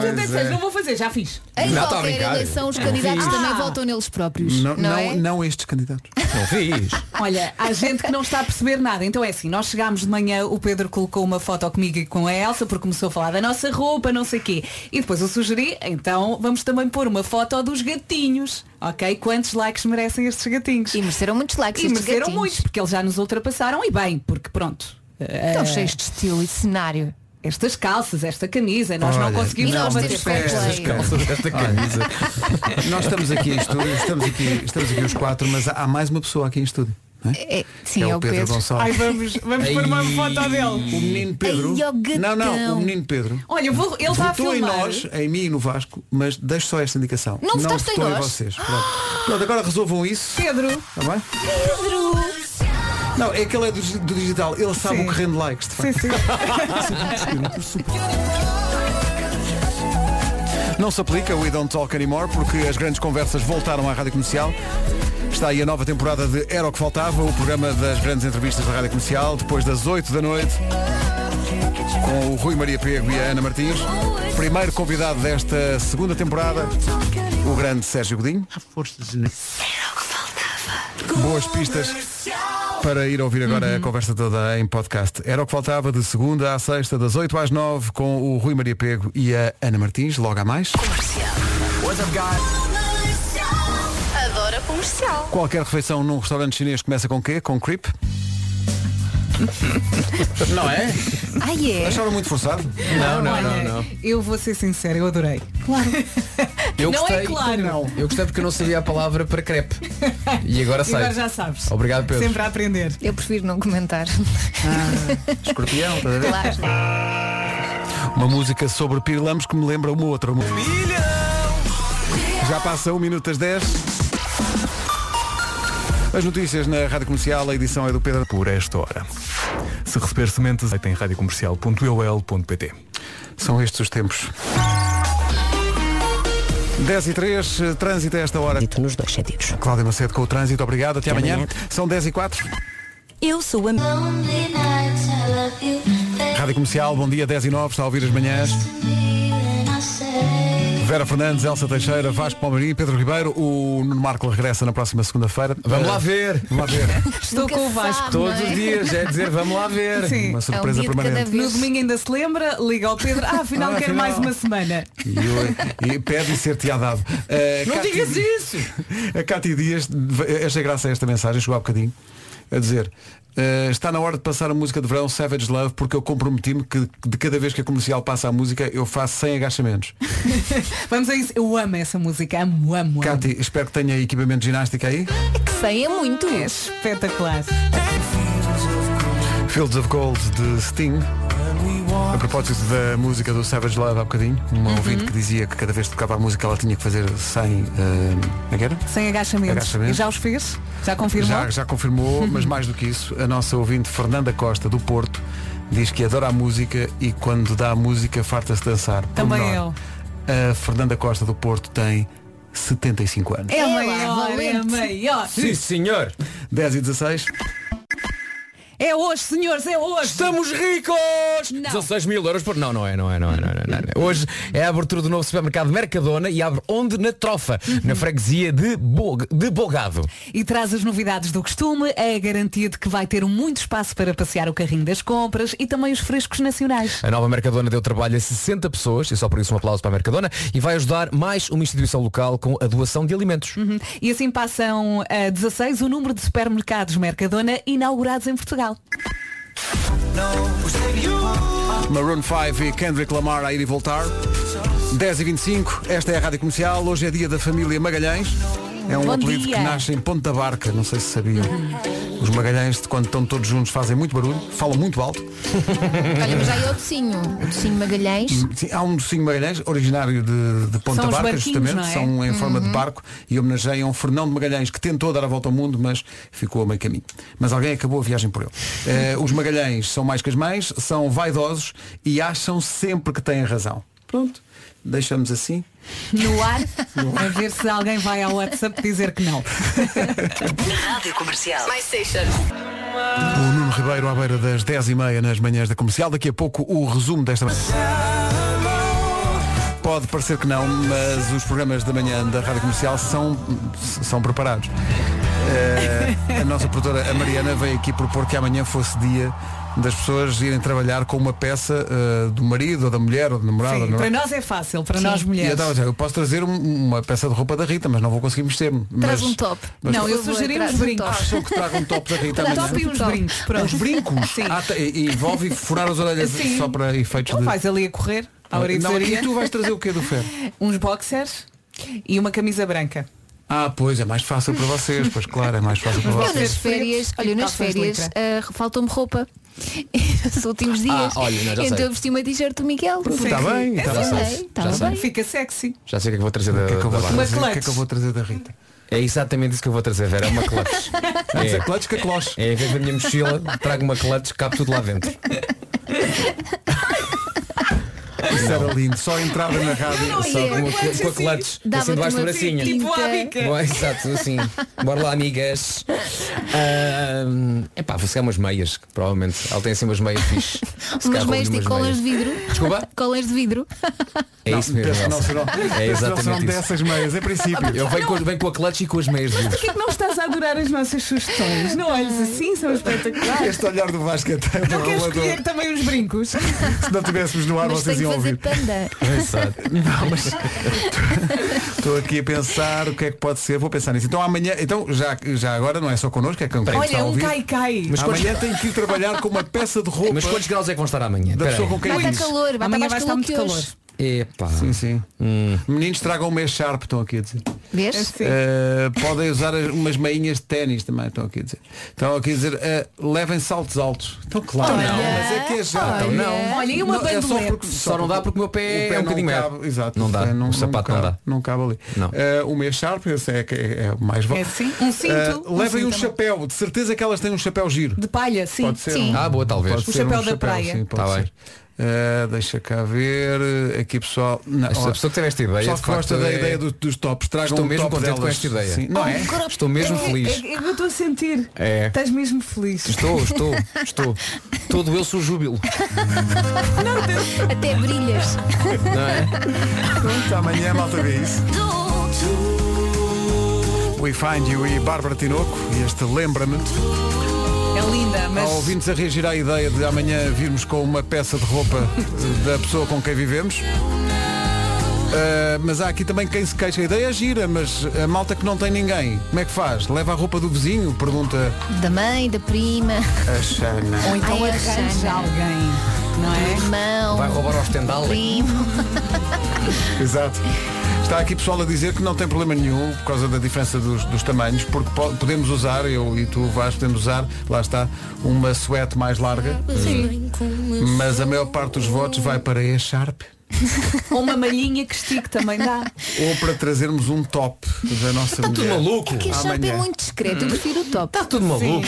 [SPEAKER 13] Pois
[SPEAKER 4] fizeste,
[SPEAKER 13] é.
[SPEAKER 4] Não vou fazer, já fiz.
[SPEAKER 5] Em
[SPEAKER 13] Não, tá a
[SPEAKER 5] qualquer
[SPEAKER 13] brincar.
[SPEAKER 5] eleição os
[SPEAKER 13] Não
[SPEAKER 5] candidatos
[SPEAKER 13] fiz.
[SPEAKER 5] também votam neles próprios.
[SPEAKER 2] Não,
[SPEAKER 5] Não,
[SPEAKER 2] não,
[SPEAKER 5] é?
[SPEAKER 2] não estes candidatos.
[SPEAKER 13] Não fiz.
[SPEAKER 4] Olha, há gente que não está a perceber nada. Então é assim, nós chegámos de manhã, o Pedro colocou uma foto comigo e com a Elsa, porque começou a falar da nossa roupa, não sei quê. E depois eu sugeri, então vamos também pôr uma foto dos gatinhos. Ok? Quantos likes merecem estes gatinhos? E
[SPEAKER 5] mereceram muitos likes
[SPEAKER 4] E
[SPEAKER 5] estes
[SPEAKER 4] mereceram
[SPEAKER 5] gatinhos.
[SPEAKER 4] muitos, porque eles já nos ultrapassaram e bem, porque pronto.
[SPEAKER 5] Estão cheios de estilo e cenário.
[SPEAKER 4] Estas calças, esta camisa, nós
[SPEAKER 2] Olha,
[SPEAKER 4] não conseguimos
[SPEAKER 2] não,
[SPEAKER 4] combater
[SPEAKER 2] estas
[SPEAKER 4] com elas.
[SPEAKER 2] calças, calças, esta camisa. (laughs) Nós estamos aqui em estúdio, estamos aqui, estamos aqui os quatro, mas há, há mais uma pessoa aqui em estúdio. não é?
[SPEAKER 5] É- sim,
[SPEAKER 2] é,
[SPEAKER 5] é
[SPEAKER 2] o Pedro, Gonçalves.
[SPEAKER 4] Ai, vamos, vamos pôr uma foto dele.
[SPEAKER 2] O menino Pedro.
[SPEAKER 4] Ai, ó,
[SPEAKER 2] não,
[SPEAKER 4] gatão.
[SPEAKER 2] não, o menino Pedro.
[SPEAKER 4] Olha, eu vou- ele está a
[SPEAKER 2] votou em
[SPEAKER 4] filmar.
[SPEAKER 2] nós, em mim e no Vasco, mas deixo só esta indicação.
[SPEAKER 4] Não votaste em
[SPEAKER 2] votou
[SPEAKER 4] nós?
[SPEAKER 2] vocês. Pronto. Pronto, agora resolvam isso.
[SPEAKER 4] Pedro.
[SPEAKER 2] Está bem? Não, é que ele é do, do digital, ele sabe o que rende likes, de facto. Não se aplica We Don't Talk Anymore porque as grandes conversas voltaram à Rádio Comercial. Está aí a nova temporada de Era o que Faltava, o programa das grandes entrevistas da Rádio Comercial, depois das 8 da noite. com o Rui Maria Pego e a Ana Martins. Primeiro convidado desta segunda temporada, o grande Sérgio Godinho. Boas pistas para ir ouvir agora a conversa toda em podcast. Era o que faltava de segunda à sexta, das 8 às 9, com o Rui Maria Pego e a Ana Martins, logo a mais.
[SPEAKER 15] Adora comercial.
[SPEAKER 2] Qualquer refeição num restaurante chinês começa com quê? Com creep? Não é?
[SPEAKER 4] Ah, é?
[SPEAKER 2] Acharam muito forçado?
[SPEAKER 4] Não, não, não, não. Eu vou ser sincero, eu adorei. (laughs)
[SPEAKER 13] Eu
[SPEAKER 4] Claro. não
[SPEAKER 13] gostei,
[SPEAKER 4] é claro.
[SPEAKER 13] Eu gostei porque eu não sabia a palavra para crepe.
[SPEAKER 4] (laughs)
[SPEAKER 13] E agora sei.
[SPEAKER 5] Agora já sabes.
[SPEAKER 13] Obrigado, Pedro.
[SPEAKER 4] a aprender.
[SPEAKER 5] Eu prefiro não comentar.
[SPEAKER 2] Escorpião, estás a ver?
[SPEAKER 5] Claro.
[SPEAKER 2] Uma música sobre Pirlamos que me lembra uma outra. Uma... Já passa 1 minuto às 10. As notícias na Rádio Comercial, a edição é do Pedro.
[SPEAKER 16] Por esta hora. Se receber sementes, aí tem radiocomercial.ol.pt
[SPEAKER 2] São estes os tempos. 10 e 3, trânsito a esta hora. Dito
[SPEAKER 3] nos dois sentidos.
[SPEAKER 2] Cláudia Macedo com o trânsito, obrigado. Até,
[SPEAKER 3] Até
[SPEAKER 2] amanhã.
[SPEAKER 3] amanhã.
[SPEAKER 2] São 10 e 4.
[SPEAKER 1] Eu sou a
[SPEAKER 2] Rádio Comercial, bom dia, 10 e 9, está a ouvir as manhãs. Vera Fernandes, Elsa Teixeira, Vasco Palmeirim, Pedro Ribeiro, o Nuno Marco regressa na próxima segunda-feira.
[SPEAKER 13] Vamos
[SPEAKER 2] Eh,
[SPEAKER 13] lá ver.
[SPEAKER 2] Vamos lá ver. (laughs)
[SPEAKER 4] Estou com o Vasco.
[SPEAKER 13] Todos os dias, é dizer, vamos lá ver.
[SPEAKER 4] Sim.
[SPEAKER 2] Uma surpresa É um dia de cada permanente.
[SPEAKER 4] No domingo ainda se lembra, liga ao Pedro. Ah, afinal
[SPEAKER 2] Ah,
[SPEAKER 4] quero
[SPEAKER 2] afinal.
[SPEAKER 4] mais uma semana.
[SPEAKER 2] E, eu- e pede ser-te á dado. Eh,
[SPEAKER 4] Não
[SPEAKER 2] Cátia-
[SPEAKER 4] digas isso!
[SPEAKER 2] (laughs) A Cátia Dias, eh, achei graça a esta mensagem, chegou há bocadinho, a dizer, eh, está na hora de passar a música de verão Savage Love, porque eu comprometi-me que de cada vez que a comercial passa a música, eu faço 100 agachamentos.
[SPEAKER 4] Vamos a isso. Eu amo essa música. Amo, amo, amo.
[SPEAKER 2] Cátia, espero que tenha equipamento de ginástica aí.
[SPEAKER 4] Que sei é muito. É espetacular.
[SPEAKER 2] Fields of Gold de Sting. A propósito da música do Savage Love há bocadinho, uma
[SPEAKER 4] Uhum.
[SPEAKER 2] ouvinte que dizia que cada vez que tocava a música ela tinha que fazer 100 eh, como é que era?
[SPEAKER 4] Sem agachamentos.
[SPEAKER 2] Agachamentos.
[SPEAKER 4] E já os fez? Já confirmou?
[SPEAKER 2] Já, já
[SPEAKER 4] (laughs)
[SPEAKER 2] confirmou, mas mais do que isso, a nossa ouvinte Fernanda Costa, do Porto, diz que adora a música e quando dá a música farta-se dançar.
[SPEAKER 4] Também
[SPEAKER 2] Pormenor. A Fernanda Costa do Porto tem 75 anos.
[SPEAKER 4] É a maior, é a maior.
[SPEAKER 2] senhor! 10 e 16.
[SPEAKER 4] É hoje, senhores, é hoje.
[SPEAKER 13] Estamos ricos!
[SPEAKER 4] Não.
[SPEAKER 13] 16 mil euros por. Não, não é, não é, não é, não é, não é, não é. Hoje é a abertura do novo supermercado Mercadona e abre onde? Na trofa, na freguesia de, Bog... de Bogado.
[SPEAKER 4] E traz as novidades do costume, é garantia de que vai ter muito espaço para passear o carrinho das compras e também os frescos nacionais.
[SPEAKER 13] A nova Mercadona deu trabalho a 60 pessoas, e só por isso um aplauso para a Mercadona, e vai ajudar mais uma instituição local com a doação de alimentos.
[SPEAKER 4] Uhum. E assim passam a 16 o número de supermercados Mercadona inaugurados em Portugal.
[SPEAKER 2] Maroon 5 e Kendrick Lamar a ir e voltar. 10 e 25, esta é a Rádio Comercial, hoje é dia da família Magalhães. É um
[SPEAKER 4] Bom
[SPEAKER 2] apelido
[SPEAKER 4] dia.
[SPEAKER 2] que nasce em Ponta da Barca, não sei se sabiam. Os Magalhães, de quando estão todos juntos, fazem muito barulho, falam muito alto.
[SPEAKER 5] Olha, mas já é o docinho. O docinho Magalhães.
[SPEAKER 2] Sim, há um docinho Magalhães, originário de, de Ponta
[SPEAKER 5] São os
[SPEAKER 2] Barca,
[SPEAKER 5] barquinhos,
[SPEAKER 2] justamente,
[SPEAKER 5] não é?
[SPEAKER 2] são em forma de
[SPEAKER 5] Uhum.
[SPEAKER 2] barco e homenageiam Fernão de Magalhães, que tentou dar a volta ao mundo, mas ficou a meio caminho. Mas alguém acabou a viagem por ele. Eh, os Magalhães são mais que as mães, são vaidosos e acham sempre que têm razão. Pronto, deixamos assim.
[SPEAKER 4] No ar, a ver se alguém vai ao WhatsApp dizer que não.
[SPEAKER 15] Rádio comercial. My Station.
[SPEAKER 2] O Nuno Ribeiro à beira das 10h30 nas manhãs da comercial. Daqui a pouco o resumo desta manhã. Pode parecer que não, mas os programas da manhã da Rádio Comercial são, são preparados. Eh, a nossa produtora, a Mariana, veio aqui propor que amanhã fosse dia das pessoas irem trabalhar com uma peça eh, do marido ou da mulher ou do namorado. ou
[SPEAKER 4] Sim,
[SPEAKER 2] do
[SPEAKER 4] para
[SPEAKER 2] namorado.
[SPEAKER 4] nós é fácil, para
[SPEAKER 2] Sim.
[SPEAKER 4] nós
[SPEAKER 2] E eu,
[SPEAKER 4] mulheres.
[SPEAKER 2] estava a dizer, eu posso trazer um- uma peça de roupa da Rita, mas não vou conseguir mexer-me. Mas-
[SPEAKER 4] um
[SPEAKER 5] um
[SPEAKER 2] mas-
[SPEAKER 4] não, eu sugeri uns brincos.
[SPEAKER 2] Acham que trago um top da Rita amanhã?
[SPEAKER 4] Top e uns brincos. pronto.
[SPEAKER 2] Os brincos?
[SPEAKER 4] Sim.
[SPEAKER 2] Ah, tá, e- e envolve furar as orelhas
[SPEAKER 4] Sim.
[SPEAKER 2] só para efeitos
[SPEAKER 4] Então
[SPEAKER 2] de...
[SPEAKER 4] vais ali a correr, à
[SPEAKER 2] Não,
[SPEAKER 4] ouriçaria.
[SPEAKER 2] e tu vais trazer o quê do ferro?
[SPEAKER 4] Uns boxers e uma camisa branca.
[SPEAKER 2] Ah, pois, é mais fácil para vocês, pois claro, é mais fácil para
[SPEAKER 5] Eu
[SPEAKER 2] vocês.
[SPEAKER 5] nas férias, olha, eu nas
[SPEAKER 4] Calções de
[SPEAKER 5] férias
[SPEAKER 4] lycra.
[SPEAKER 5] ah, faltou-me roupa (laughs) nos últimos
[SPEAKER 13] Ah,
[SPEAKER 5] dias.
[SPEAKER 13] olha, não, já
[SPEAKER 5] então
[SPEAKER 13] sei.
[SPEAKER 5] eu vesti uma t-shirt do Miguel.
[SPEAKER 13] Pronto, tá bem, tá bem.
[SPEAKER 5] Está
[SPEAKER 13] Já sei.
[SPEAKER 5] bem.
[SPEAKER 4] É assim. Fica sexy.
[SPEAKER 13] Já sei o que é que vou trazer da,
[SPEAKER 2] eu vou
[SPEAKER 13] da
[SPEAKER 2] trazer?
[SPEAKER 13] Barca.
[SPEAKER 2] O que é que eu vou trazer da Rita?
[SPEAKER 13] É exatamente isso que eu vou trazer, Vera. É uma
[SPEAKER 2] (laughs)
[SPEAKER 13] clutch.
[SPEAKER 2] Antes a clutch que a cloche.
[SPEAKER 13] É, em vez da minha mochila, trago uma clutch, cabe tudo lá dentro.
[SPEAKER 2] Isso era lindo, só entrava na rádio.
[SPEAKER 5] Não, não
[SPEAKER 6] Só
[SPEAKER 5] ia.
[SPEAKER 6] com, a- com a
[SPEAKER 2] tipo,
[SPEAKER 6] clutch, assim debaixo do bracinho. Bom, exato, assim. Bora lá, amigas. É epá, vou secar umas meias, que provavelmente. Ela tem assim umas
[SPEAKER 2] (laughs)
[SPEAKER 6] meias fixe. Se
[SPEAKER 5] Umas
[SPEAKER 6] calhar roubo-lhe
[SPEAKER 5] meias
[SPEAKER 6] umas
[SPEAKER 5] de colas de
[SPEAKER 6] meias.
[SPEAKER 5] vidro.
[SPEAKER 6] é. Desculpa?
[SPEAKER 5] Colas de vidro.
[SPEAKER 6] É isso mesmo.
[SPEAKER 2] penso que não
[SPEAKER 6] Elsa.
[SPEAKER 2] serão- penso que
[SPEAKER 6] é
[SPEAKER 2] não serão
[SPEAKER 6] exatamente isso.
[SPEAKER 2] dessas meias, em princípio.
[SPEAKER 6] Eu venho com, venho com a clutch e com as meias de vidro.
[SPEAKER 4] Porquê que não estás a adorar as nossas sugestões? Não olhes assim, são espetaculares.
[SPEAKER 2] Ah, Este olhar do Vasco até
[SPEAKER 4] Não queres escolher também os brincos?
[SPEAKER 2] Se não tivéssemos no ar,
[SPEAKER 5] Mas tem
[SPEAKER 2] Ah, vocês
[SPEAKER 5] que
[SPEAKER 2] iam
[SPEAKER 5] fazer
[SPEAKER 2] ouvir.
[SPEAKER 5] panda.
[SPEAKER 2] Exato. Não, mas estou aqui a pensar o que é que pode ser. Vou pensar nisso. Então amanhã, então já, já agora não é só connosco, é com quem está
[SPEAKER 4] Olha,
[SPEAKER 2] a
[SPEAKER 4] um
[SPEAKER 2] ouvir.
[SPEAKER 4] cai-cai.
[SPEAKER 2] Mas amanhã tem que ir trabalhar com uma peça de roupa.
[SPEAKER 6] Mas quantos graus é que vão estar amanhã?
[SPEAKER 2] Da
[SPEAKER 6] Espera
[SPEAKER 2] pessoa
[SPEAKER 6] aí.
[SPEAKER 2] com quem
[SPEAKER 5] Vai
[SPEAKER 2] eu
[SPEAKER 5] estar
[SPEAKER 2] disse.
[SPEAKER 5] tá calor, vai estar
[SPEAKER 4] Amanhã
[SPEAKER 5] mais
[SPEAKER 4] vai estar
[SPEAKER 5] calor
[SPEAKER 4] muito
[SPEAKER 5] que
[SPEAKER 4] calor.
[SPEAKER 5] hoje.
[SPEAKER 6] Epá.
[SPEAKER 2] Sim, sim. Meninos, tragam um mês sharp, estão aqui a dizer.
[SPEAKER 5] Vês?
[SPEAKER 2] Eh, podem usar as- umas meinhas de ténis também, estão aqui a dizer. Estão aqui a dizer, eh, levem saltos altos. Então claro,
[SPEAKER 6] Olha.
[SPEAKER 2] não, mas é que é já.
[SPEAKER 6] Então não.
[SPEAKER 4] Olha, e uma
[SPEAKER 2] Não, é só
[SPEAKER 4] bandolete?
[SPEAKER 2] porque-
[SPEAKER 6] Só não dá porque o meu pé,
[SPEAKER 2] o pé
[SPEAKER 6] é um
[SPEAKER 2] não
[SPEAKER 6] bocadinho maior.
[SPEAKER 2] cabe, Exato.
[SPEAKER 6] Não dá.
[SPEAKER 2] pé
[SPEAKER 6] o sapato não,
[SPEAKER 2] cabe,
[SPEAKER 6] dá.
[SPEAKER 2] Não cabe ali.
[SPEAKER 6] Não.
[SPEAKER 2] Eh, o mês sharp esse é, que é, é o mais bom.
[SPEAKER 4] É sim, um cinto.
[SPEAKER 2] Eh,
[SPEAKER 4] um
[SPEAKER 2] levem um,
[SPEAKER 4] cinto
[SPEAKER 2] chapéu, de certeza que elas têm um chapéu giro.
[SPEAKER 4] De palha, sim.
[SPEAKER 2] Pode ser.
[SPEAKER 4] sim.
[SPEAKER 2] Um,
[SPEAKER 6] Ah, boa, talvez.
[SPEAKER 2] pode
[SPEAKER 4] O
[SPEAKER 2] ser
[SPEAKER 4] chapéu
[SPEAKER 2] um
[SPEAKER 4] da praia.
[SPEAKER 2] Sim, pode
[SPEAKER 6] Tá
[SPEAKER 2] ser.
[SPEAKER 6] bem.
[SPEAKER 2] Eh, deixa cá ver. Aqui pessoal. Não,
[SPEAKER 6] Esta
[SPEAKER 2] ó,
[SPEAKER 6] pessoa que teve esta ideia,
[SPEAKER 2] Pessoal
[SPEAKER 6] de
[SPEAKER 2] que gosta
[SPEAKER 6] facto,
[SPEAKER 2] da
[SPEAKER 6] é-
[SPEAKER 2] ideia do- dos tops. Tragam
[SPEAKER 6] Estou
[SPEAKER 2] um
[SPEAKER 6] mesmo
[SPEAKER 2] top
[SPEAKER 6] contente com
[SPEAKER 2] delas.
[SPEAKER 6] esta ideia.
[SPEAKER 2] Sim,
[SPEAKER 5] Oh,
[SPEAKER 2] Não é?
[SPEAKER 5] um
[SPEAKER 6] Estou mesmo feliz.
[SPEAKER 4] É, é que eu estou a sentir.
[SPEAKER 6] É.
[SPEAKER 4] Estás mesmo feliz.
[SPEAKER 6] Estou, estou, estou. Todo eu sou júbilo.
[SPEAKER 5] Até brilhas.
[SPEAKER 6] Não é?
[SPEAKER 2] Pronto, amanhã malta vê isso. We Find You e Bárbara Tinoco. E este Lembra-me.
[SPEAKER 4] É linda, mas.
[SPEAKER 2] Há ouvintes a reagir à ideia de amanhã virmos com uma peça de roupa da pessoa com quem vivemos. Ah, mas há aqui também quem se queixa. A ideia é gira, mas a malta que não tem ninguém, como é que faz? Leva a roupa do vizinho? Pergunta
[SPEAKER 5] Da mãe, da prima,
[SPEAKER 2] a Xana.
[SPEAKER 4] Ou então
[SPEAKER 5] Ai,
[SPEAKER 4] arranja
[SPEAKER 5] Alexandra.
[SPEAKER 4] alguém, não
[SPEAKER 5] do
[SPEAKER 4] é?
[SPEAKER 5] irmão,
[SPEAKER 6] Vai roubar ao estendal.
[SPEAKER 5] do primo.
[SPEAKER 2] Exato. Está aqui pessoal a dizer que não tem problema nenhum por causa da diferença dos, dos tamanhos, porque po- podemos usar, eu e tu vais, podemos usar, lá está, uma suéte mais larga,
[SPEAKER 4] Sim.
[SPEAKER 2] mas a maior parte dos votos vai para a Sharp
[SPEAKER 4] Ou uma malhinha que estique também dá.
[SPEAKER 2] ou para trazermos um top da nossa
[SPEAKER 6] Está Tá tudo
[SPEAKER 2] mulher.
[SPEAKER 6] maluco.
[SPEAKER 5] Que a chapa é
[SPEAKER 2] Amanhã.
[SPEAKER 5] muito discreto, eu prefiro o top.
[SPEAKER 2] Tá
[SPEAKER 4] Tá
[SPEAKER 6] Está tudo maluco.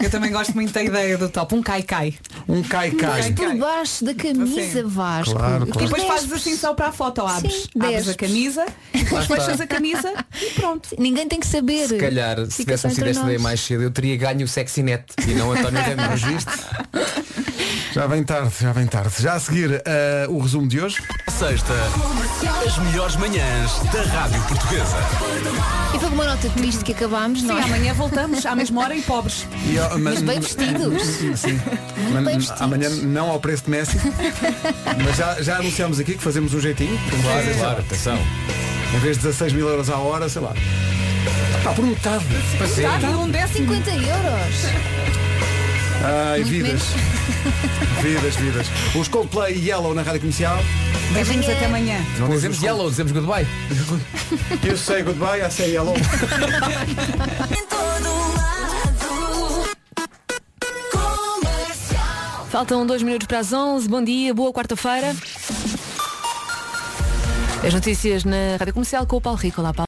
[SPEAKER 4] Eu também gosto muito da ideia do top. Um cai-cai.
[SPEAKER 2] Um
[SPEAKER 5] Mas
[SPEAKER 2] cai-cai.
[SPEAKER 5] por baixo da camisa
[SPEAKER 4] Sim.
[SPEAKER 5] Vasco.
[SPEAKER 2] Claro,
[SPEAKER 5] Aquilo
[SPEAKER 2] claro.
[SPEAKER 4] Depois
[SPEAKER 5] despe-
[SPEAKER 4] fazes assim só para a foto, abres.
[SPEAKER 5] Sim,
[SPEAKER 4] abres
[SPEAKER 5] desce.
[SPEAKER 4] a camisa, depois fechas a camisa e pronto.
[SPEAKER 5] Ninguém tem que saber.
[SPEAKER 6] Se calhar, se um
[SPEAKER 5] Fica
[SPEAKER 6] tivéssemos
[SPEAKER 5] só
[SPEAKER 6] tido
[SPEAKER 5] entre
[SPEAKER 6] esta
[SPEAKER 5] nós.
[SPEAKER 6] ideia mais cedo, eu teria ganho o sexy net e não António Ramos.
[SPEAKER 2] Já vem tarde, já vem tarde. Já a seguir eh, o resumo de hoje.
[SPEAKER 12] Sexta, as melhores manhãs da Rádio Portuguesa.
[SPEAKER 5] E foi com uma nota triste que acabámos,
[SPEAKER 4] Sim,
[SPEAKER 5] nós.
[SPEAKER 4] amanhã voltamos à mesma hora e pobres.
[SPEAKER 2] E, ó,
[SPEAKER 5] Mas bem vestidos.
[SPEAKER 6] (laughs)
[SPEAKER 2] Sim. Mas
[SPEAKER 5] Bem vestidos.
[SPEAKER 2] amanhã não ao preço de Messi. Mas já, já anunciamos aqui que fazemos um jeitinho.
[SPEAKER 6] Claro, claro, atenção.
[SPEAKER 2] Em vez de 16 mil euros à hora, sei lá. Está por metade.
[SPEAKER 4] Está um décimo.
[SPEAKER 5] 50 euros.
[SPEAKER 2] Ai,
[SPEAKER 5] Muito
[SPEAKER 2] vidas. vidas, vidas. Os Coldplay e Yellow na rádio comercial.
[SPEAKER 4] Beijinhos
[SPEAKER 5] Amanhã.
[SPEAKER 4] até amanhã.
[SPEAKER 6] Não
[SPEAKER 2] Hoje
[SPEAKER 6] dizemos
[SPEAKER 2] os
[SPEAKER 6] yellow, dizemos goodbye.
[SPEAKER 2] You say goodbye, I say yellow.
[SPEAKER 17] Faltam dois minutos para as 11. Bom dia, boa quarta-feira. As notícias na Rádio Comercial com o Paulo Rico. Olá, Paulo.